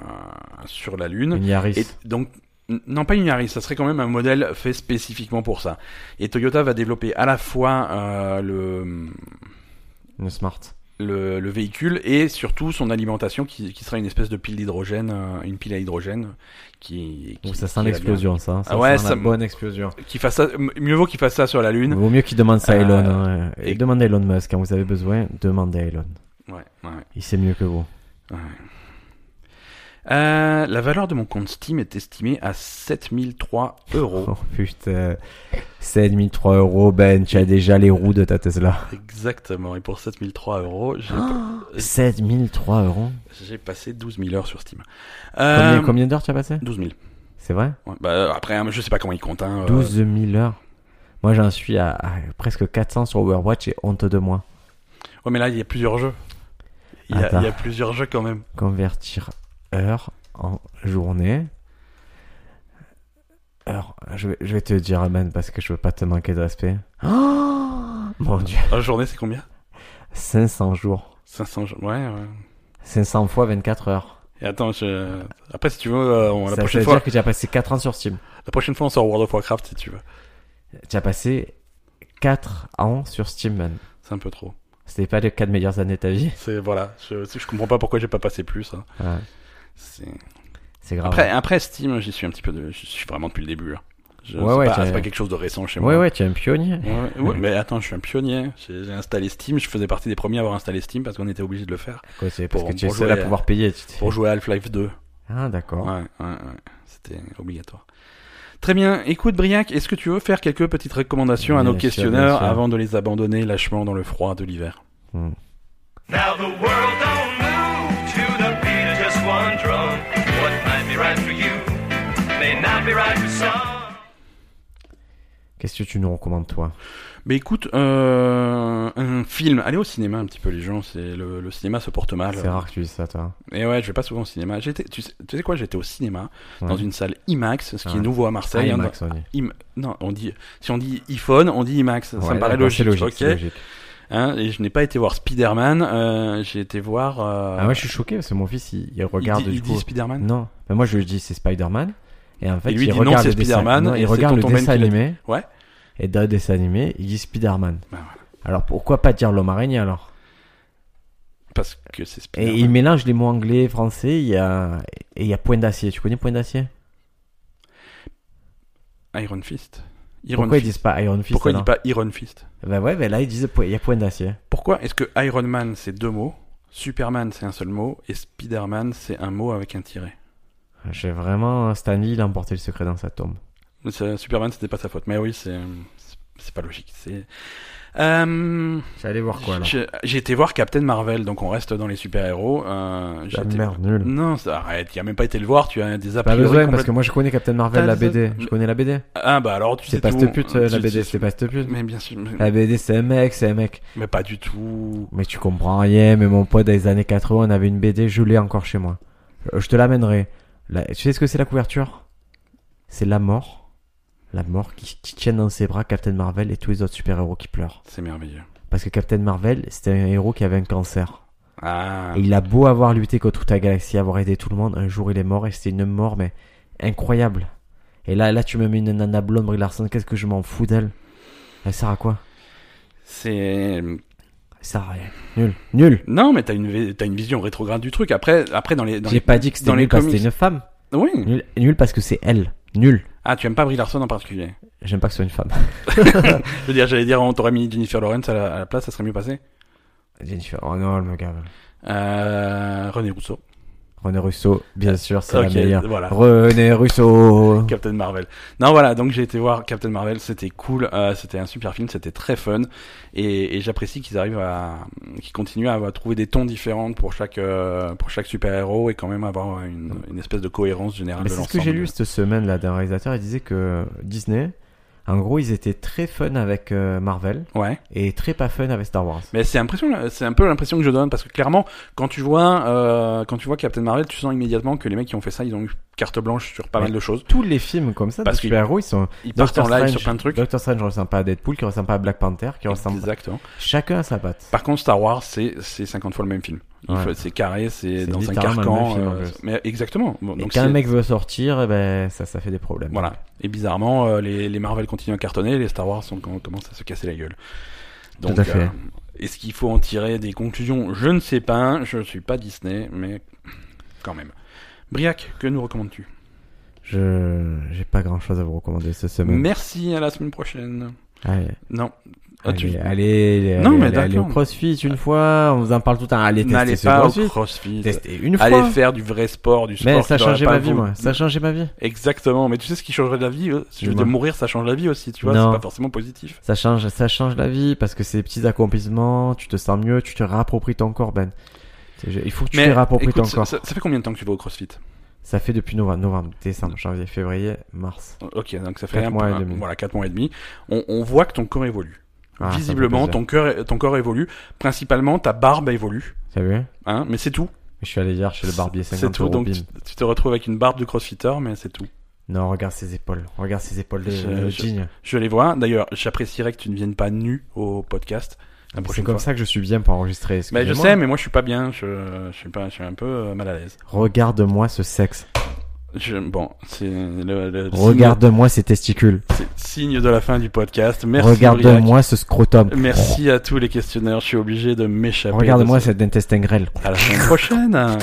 [SPEAKER 1] sur la Lune.
[SPEAKER 2] Une Yaris.
[SPEAKER 1] Et donc, n- non, pas une Yaris. Ça serait quand même un modèle fait spécifiquement pour ça. Et Toyota va développer à la fois euh, le,
[SPEAKER 2] Une Smart.
[SPEAKER 1] le le véhicule et surtout son alimentation qui, qui sera une espèce de pile d'hydrogène, euh, une pile à hydrogène qui. qui
[SPEAKER 2] Donc ça
[SPEAKER 1] qui
[SPEAKER 2] sent
[SPEAKER 1] va
[SPEAKER 2] l'explosion, ça. hein. Ça
[SPEAKER 1] Ah ouais,
[SPEAKER 2] sent
[SPEAKER 1] ça
[SPEAKER 2] la
[SPEAKER 1] me-
[SPEAKER 2] bonne explosion.
[SPEAKER 1] bien. Qu'il fasse ça. m- Mieux vaut qu'il fasse ça sur la Lune.
[SPEAKER 2] Vaut mieux qu'il demande ça à
[SPEAKER 1] Euh,
[SPEAKER 2] Elon. hein.
[SPEAKER 1] et-
[SPEAKER 2] Et demandez à Elon Musk. Quand vous avez besoin, demandez à Elon.
[SPEAKER 1] Ouais, ouais.
[SPEAKER 2] Il sait mieux que vous.
[SPEAKER 1] Ouais. Euh, la valeur de mon compte Steam est estimée à 7003 euros.
[SPEAKER 2] Oh putain. 7003 euros, Ben, tu as déjà les roues de ta Tesla.
[SPEAKER 1] Exactement. Et pour 7003 euros, j'ai-
[SPEAKER 2] Oh.
[SPEAKER 1] Euh,
[SPEAKER 2] 7003 euros.
[SPEAKER 1] j'ai passé 12 000 heures sur Steam.
[SPEAKER 2] Combien,
[SPEAKER 1] Euh,
[SPEAKER 2] combien d'heures tu as passé
[SPEAKER 1] 12 000.
[SPEAKER 2] C'est vrai
[SPEAKER 1] Ouais, bah, euh, après, hein, je sais pas comment ils comptent. hein, euh,
[SPEAKER 2] 12 000 heures. Moi, j'en suis à, à presque 400 sur Overwatch et honte de moi.
[SPEAKER 1] Ouais, mais là, il y a plusieurs jeux. Il y, a,
[SPEAKER 2] Attends.
[SPEAKER 1] il y a plusieurs jeux quand même.
[SPEAKER 2] Convertir heure en journée. Heure. Je vais, je vais te dire, Amen, parce que je veux pas te manquer de respect. Oh Mon dieu.
[SPEAKER 1] En Ah, journée, c'est combien
[SPEAKER 2] 500 jours.
[SPEAKER 1] 500 jeux. Ouais, ouais.
[SPEAKER 2] 500 fois 24 heures.
[SPEAKER 1] Et attends, je... après, si tu veux, euh, on- la,
[SPEAKER 2] ça, ça
[SPEAKER 1] prochaine
[SPEAKER 2] veut
[SPEAKER 1] fois,
[SPEAKER 2] dire que tu as passé 4 ans sur Steam.
[SPEAKER 1] la prochaine fois, on sort World of Warcraft si tu veux.
[SPEAKER 2] Tu as passé 4 ans sur Steam, man.
[SPEAKER 1] C'est un peu trop.
[SPEAKER 2] C'était pas les 4 meilleures années de ta vie.
[SPEAKER 1] C'est voilà. Je, je comprends pas pourquoi j'ai pas passé plus. hein.
[SPEAKER 2] Ouais,
[SPEAKER 1] C'est.
[SPEAKER 2] C'est grave.
[SPEAKER 1] Après, après Steam, j'y suis un petit peu de, je suis vraiment depuis le début. hein. Je-
[SPEAKER 2] Ouais,
[SPEAKER 1] c'est
[SPEAKER 2] ouais,
[SPEAKER 1] pas-
[SPEAKER 2] t'as-
[SPEAKER 1] c'est pas quelque chose de récent chez
[SPEAKER 2] ouais,
[SPEAKER 1] moi.
[SPEAKER 2] ouais, tu es un pionnier.
[SPEAKER 1] Ouais, ouais, ouais, mais attends, je suis un pionnier. J'ai j'ai installé Steam. Je faisais partie des premiers à avoir installé Steam parce qu'on était obligé de le faire
[SPEAKER 2] Quoi, c'est parce
[SPEAKER 1] Pour-
[SPEAKER 2] que tu es
[SPEAKER 1] pour
[SPEAKER 2] seul à
[SPEAKER 1] jouer à-
[SPEAKER 2] pouvoir payer. tu t'es-
[SPEAKER 1] pour jouer à Half-Life 2.
[SPEAKER 2] Ah, d'accord.
[SPEAKER 1] Ouais, ouais, ouais. C'était obligatoire. Très bien. Écoute, Briac, est-ce que tu veux faire quelques petites recommandations à
[SPEAKER 2] Bien sûr,
[SPEAKER 1] nos
[SPEAKER 2] bien
[SPEAKER 1] questionneurs
[SPEAKER 2] sûr.
[SPEAKER 1] avant de les abandonner lâchement dans le froid de l'hiver
[SPEAKER 2] Hmm.
[SPEAKER 3] Now the world don't move to the beat of just one drum. What might be right for you may not be right for some.
[SPEAKER 2] Qu'est-ce que tu nous recommandes, toi
[SPEAKER 1] Mais écoute, euh, un film. Allez au cinéma un petit peu, les gens. C'est le, le cinéma se porte mal.
[SPEAKER 2] C'est rare que tu dises ça, toi.
[SPEAKER 1] Et ouais, je vais pas souvent au cinéma. J'étais, tu sais, tu sais quoi, j'étais au cinéma
[SPEAKER 2] Ouais.
[SPEAKER 1] dans une salle IMAX, ce qui
[SPEAKER 2] Ouais.
[SPEAKER 1] est nouveau à
[SPEAKER 2] Ah,
[SPEAKER 1] Marseille.
[SPEAKER 2] les
[SPEAKER 1] hein,
[SPEAKER 2] Macs, on dit.
[SPEAKER 1] dans- im- non, on dit, si on dit iPhone, on dit IMAX. ça
[SPEAKER 2] Ouais,
[SPEAKER 1] me paraît
[SPEAKER 2] d'accord, c'est
[SPEAKER 1] logique.
[SPEAKER 2] logique,
[SPEAKER 1] ok.
[SPEAKER 2] c'est logique.
[SPEAKER 1] Hein, et je n'ai pas été voir Spider-Man, euh, j'ai été voir. euh,
[SPEAKER 2] Ah ouais, je suis choqué parce que mon fils il, il regarde
[SPEAKER 1] il dit,
[SPEAKER 2] du
[SPEAKER 1] il dit
[SPEAKER 2] coup.
[SPEAKER 1] Spider-Man
[SPEAKER 2] Non, mais moi je lui dis c'est Spider-Man. Et en fait,
[SPEAKER 1] Et lui, il
[SPEAKER 2] il
[SPEAKER 1] dit non,
[SPEAKER 2] regarde
[SPEAKER 1] c'est
[SPEAKER 2] le dessin-
[SPEAKER 1] Spider-Man,
[SPEAKER 2] non,
[SPEAKER 1] et
[SPEAKER 2] il
[SPEAKER 1] c'est
[SPEAKER 2] regarde le
[SPEAKER 1] Tonton Ben
[SPEAKER 2] dessin
[SPEAKER 1] qui l'a dit.
[SPEAKER 2] animé.
[SPEAKER 1] Ouais.
[SPEAKER 2] Et dans le dessin animé, il dit Spider-Man.
[SPEAKER 1] Bah voilà.
[SPEAKER 2] Alors pourquoi pas dire l'homme araignée alors
[SPEAKER 1] Parce que c'est
[SPEAKER 2] Et
[SPEAKER 1] Spider-Man.
[SPEAKER 2] il mélange les mots anglais, français, il y a... et il y a point d'acier. Tu connais point d'acier
[SPEAKER 1] Iron Fist. Iron
[SPEAKER 2] Pourquoi ils
[SPEAKER 1] Fist.
[SPEAKER 2] disent pas Iron Fist
[SPEAKER 1] Pourquoi il
[SPEAKER 2] alors
[SPEAKER 1] dit pas Iron Fist
[SPEAKER 2] Bah ouais, mais là ils disent point- il y a point d'acier.
[SPEAKER 1] Pourquoi est-ce que Iron Man c'est deux mots, Superman c'est un seul mot et Spider-Man c'est un mot avec un tiret
[SPEAKER 2] J'ai vraiment Stanley, il a emporté le secret dans sa tombe.
[SPEAKER 1] Mais ça, Superman c'était pas sa faute. Mais oui, c'est c'est- c'est pas logique. C'est. Euh,
[SPEAKER 2] J'allais voir quoi là
[SPEAKER 1] je- J'ai été voir Captain Marvel, donc on reste dans les super-héros. Euh, j'ai
[SPEAKER 2] La
[SPEAKER 1] été-
[SPEAKER 2] merde nulle.
[SPEAKER 1] Non, ça- arrête, il a même pas été le voir, tu as des a
[SPEAKER 2] Pas
[SPEAKER 1] priori
[SPEAKER 2] besoin Ah, bah, parce que
[SPEAKER 1] complètement-
[SPEAKER 2] moi je connais Captain Marvel, la
[SPEAKER 1] T'as des-
[SPEAKER 2] BD. Je connais la BD.
[SPEAKER 1] Ah bah alors tu sais
[SPEAKER 2] C'est pas
[SPEAKER 1] tout.
[SPEAKER 2] cette pute
[SPEAKER 1] Euh,
[SPEAKER 2] la
[SPEAKER 1] tu-
[SPEAKER 2] BD,
[SPEAKER 1] tu-
[SPEAKER 2] c'est pas cette pute.
[SPEAKER 1] Mais bien sûr, mais,
[SPEAKER 2] La BD c'est un mec, c'est un mec.
[SPEAKER 1] mais pas du tout.
[SPEAKER 2] Mais tu comprends rien, mais mon pote, dans les années 80, on avait une BD, je l'ai encore chez moi. Euh, Je te l'amènerai. La- Tu sais ce que c'est la couverture C'est la mort. La mort qui, qui tient dans ses bras Captain Marvel et tous les autres super-héros qui pleurent.
[SPEAKER 1] C'est merveilleux.
[SPEAKER 2] Parce que Captain Marvel, c'était un héros qui avait un cancer.
[SPEAKER 1] Ah,
[SPEAKER 2] Et il a beau avoir lutté contre toute la galaxie, avoir aidé tout le monde, un jour il est mort et c'était une mort, mais incroyable. Et là, là, tu me mets une nana blonde, Brie Larson, qu'est-ce que je m'en fous d'elle Elle sert à quoi
[SPEAKER 1] c'est
[SPEAKER 2] Elle sert à rien. Nul. Nul.
[SPEAKER 1] non, mais t'as une vi- t'as une vision rétrograde du truc. Après, après dans les dans
[SPEAKER 2] J'ai
[SPEAKER 1] les...
[SPEAKER 2] pas dit que c'était
[SPEAKER 1] dans les
[SPEAKER 2] nul parce que
[SPEAKER 1] comics.
[SPEAKER 2] c'était une femme.
[SPEAKER 1] oui.
[SPEAKER 2] Nul, nul parce que c'est elle. Nul.
[SPEAKER 1] Ah, tu aimes pas Brie Larson en particulier.
[SPEAKER 2] J'aime pas que ce soit une femme.
[SPEAKER 1] Je veux dire, j'allais dire, on t'aurait mis Jennifer Lawrence à la, à la place, ça serait mieux passé.
[SPEAKER 2] Jennifer. Oh non, le gars.
[SPEAKER 1] Euh, René Rousseau,
[SPEAKER 2] René Russo, bien sûr, c'est
[SPEAKER 1] Ok, Ah.
[SPEAKER 2] la meilleure.
[SPEAKER 1] voilà.
[SPEAKER 2] René Russo.
[SPEAKER 1] Captain Marvel. Non, voilà, donc j'ai été voir Captain Marvel, c'était cool, euh, c'était un super film, c'était très fun, et, et j'apprécie qu'ils arrivent à, qu'ils continuent à, avoir- trouver des tons différents pour chaque, euh, pour chaque super héros et quand même avoir une, une espèce de cohérence générale
[SPEAKER 2] Mais
[SPEAKER 1] de
[SPEAKER 2] c'est ce
[SPEAKER 1] l'ensemble.
[SPEAKER 2] que j'ai lu cette semaine là d'un réalisateur. Il disait que Disney, en gros, ils étaient très fun avec euh, Marvel
[SPEAKER 1] Ouais.
[SPEAKER 2] et très pas fun avec Star Wars.
[SPEAKER 1] Mais c'est impression, c'est un peu l'impression que je donne parce que clairement, quand tu vois, euh, quand tu vois Captain Marvel, tu sens immédiatement que les mecs qui ont fait ça, ils ont eu carte blanche sur pas
[SPEAKER 2] Ouais.
[SPEAKER 1] mal de choses.
[SPEAKER 2] Tous les films comme ça,
[SPEAKER 1] Parce
[SPEAKER 2] parce
[SPEAKER 1] que-
[SPEAKER 2] que les héros, ils sont.
[SPEAKER 1] Ils partent en
[SPEAKER 2] Doctor
[SPEAKER 1] live
[SPEAKER 2] Strange-
[SPEAKER 1] sur plein de trucs.
[SPEAKER 2] Doctor Strange ressemble pas à Deadpool, qui ressemble pas à Black Panther, qui ressemble.
[SPEAKER 1] Exactement.
[SPEAKER 2] Chacun à sa patte.
[SPEAKER 1] Par contre, Star Wars, c'est c'est 50 fois le même film. Il
[SPEAKER 2] Ouais.
[SPEAKER 1] faut- C'est carré, c'est
[SPEAKER 2] C'est
[SPEAKER 1] dans un
[SPEAKER 2] littéralement le
[SPEAKER 1] carcan.
[SPEAKER 2] même film, en
[SPEAKER 1] euh,
[SPEAKER 2] plus.
[SPEAKER 1] mais exactement. Bon,
[SPEAKER 2] Et quand
[SPEAKER 1] donc c'est-
[SPEAKER 2] un mec veut sortir, eh ben ça, ça fait des problèmes.
[SPEAKER 1] Voilà. Et bizarrement, euh, les, les Marvel continuent à cartonner, les Star Wars sont, com- commencent à se casser la gueule. Donc,
[SPEAKER 2] Tout à fait.
[SPEAKER 1] euh, est-ce qu'il faut en tirer des conclusions Je ne sais pas. Je ne suis pas Disney, mais quand même. Briac, que nous recommandes-tu
[SPEAKER 2] Je j'ai pas grand chose à vous recommander cette semaine.
[SPEAKER 1] Merci, à la semaine prochaine.
[SPEAKER 2] Allez,
[SPEAKER 1] Non. Ah, tu-
[SPEAKER 2] allez, allez, allez,
[SPEAKER 1] Non, mais
[SPEAKER 2] allez, allez au
[SPEAKER 1] d'accord.
[SPEAKER 2] CrossFit une fois, on vous en parle tout le temps. Allez tester
[SPEAKER 1] N'allez
[SPEAKER 2] ce
[SPEAKER 1] pas au
[SPEAKER 2] CrossFit.
[SPEAKER 1] crossfit.
[SPEAKER 2] Testez une fois.
[SPEAKER 1] Allez faire du vrai sport, du sport.
[SPEAKER 2] mais
[SPEAKER 1] qui
[SPEAKER 2] ça a
[SPEAKER 1] n'aurait
[SPEAKER 2] changé
[SPEAKER 1] pas
[SPEAKER 2] ma vie,
[SPEAKER 1] vous-
[SPEAKER 2] moi. Ça a changé ma vie.
[SPEAKER 1] Exactement, mais tu sais ce qui changerait la vie euh, Je veux
[SPEAKER 2] Dis-moi.
[SPEAKER 1] dire, mourir, ça change la vie aussi, tu vois,
[SPEAKER 2] Non.
[SPEAKER 1] c'est pas forcément positif.
[SPEAKER 2] Ça change, ça change la vie parce que c'est des petits accomplissements. Tu te sens mieux, tu te réappropries ton corps, Ben. C'est- je- Il faut que tu te réappropries
[SPEAKER 1] écoute,
[SPEAKER 2] ton
[SPEAKER 1] ça,
[SPEAKER 2] corps.
[SPEAKER 1] ça- ça fait combien de temps que tu vas au CrossFit
[SPEAKER 2] Ça fait depuis novembre, novembre, décembre, janvier, février, mars.
[SPEAKER 1] Ok, donc ça fait
[SPEAKER 2] Quatre
[SPEAKER 1] un
[SPEAKER 2] mois
[SPEAKER 1] peu-
[SPEAKER 2] et demi.
[SPEAKER 1] Voilà, 4 mois et demi. On, on voit que ton corps évolue.
[SPEAKER 2] Ah, ça me fait
[SPEAKER 1] Visiblement,
[SPEAKER 2] plaisir.
[SPEAKER 1] ton, cœur, ton corps évolue. Principalement, ta barbe évolue.
[SPEAKER 2] T'as vu
[SPEAKER 1] Hein, mais c'est tout.
[SPEAKER 2] Je suis allé hier chez le barbier 50
[SPEAKER 1] C'est tout,
[SPEAKER 2] euros,
[SPEAKER 1] donc
[SPEAKER 2] bim.
[SPEAKER 1] tu, tu te retrouves avec une barbe de crossfitter, mais c'est tout.
[SPEAKER 2] Non, regarde ses épaules. Regarde ses épaules de,
[SPEAKER 1] Je-
[SPEAKER 2] de
[SPEAKER 1] je-
[SPEAKER 2] jean.
[SPEAKER 1] Je les vois. D'ailleurs, j'apprécierais que tu ne viennes pas nu au podcast la
[SPEAKER 2] C'est
[SPEAKER 1] prochaine
[SPEAKER 2] comme
[SPEAKER 1] fois.
[SPEAKER 2] ça que je suis bien pour enregistrer.
[SPEAKER 1] Mais je
[SPEAKER 2] excusez-moi.
[SPEAKER 1] sais, mais moi je suis pas bien. Je, je, suis, pas, je suis un peu euh, mal à l'aise.
[SPEAKER 2] Regarde-moi ce sexe.
[SPEAKER 1] Je, bon, c'est le, le
[SPEAKER 2] Regarde-moi ces testicules.
[SPEAKER 1] signe, c'est signe de la fin du podcast. Merci.
[SPEAKER 2] Regarde-moi ce scrotum.
[SPEAKER 1] Briac. Merci à tous les questionnaires. Je suis obligé de m'échapper.
[SPEAKER 2] Regarde-moi
[SPEAKER 1] de ce-
[SPEAKER 2] cet intestin grêle.
[SPEAKER 1] À la semaine prochaine.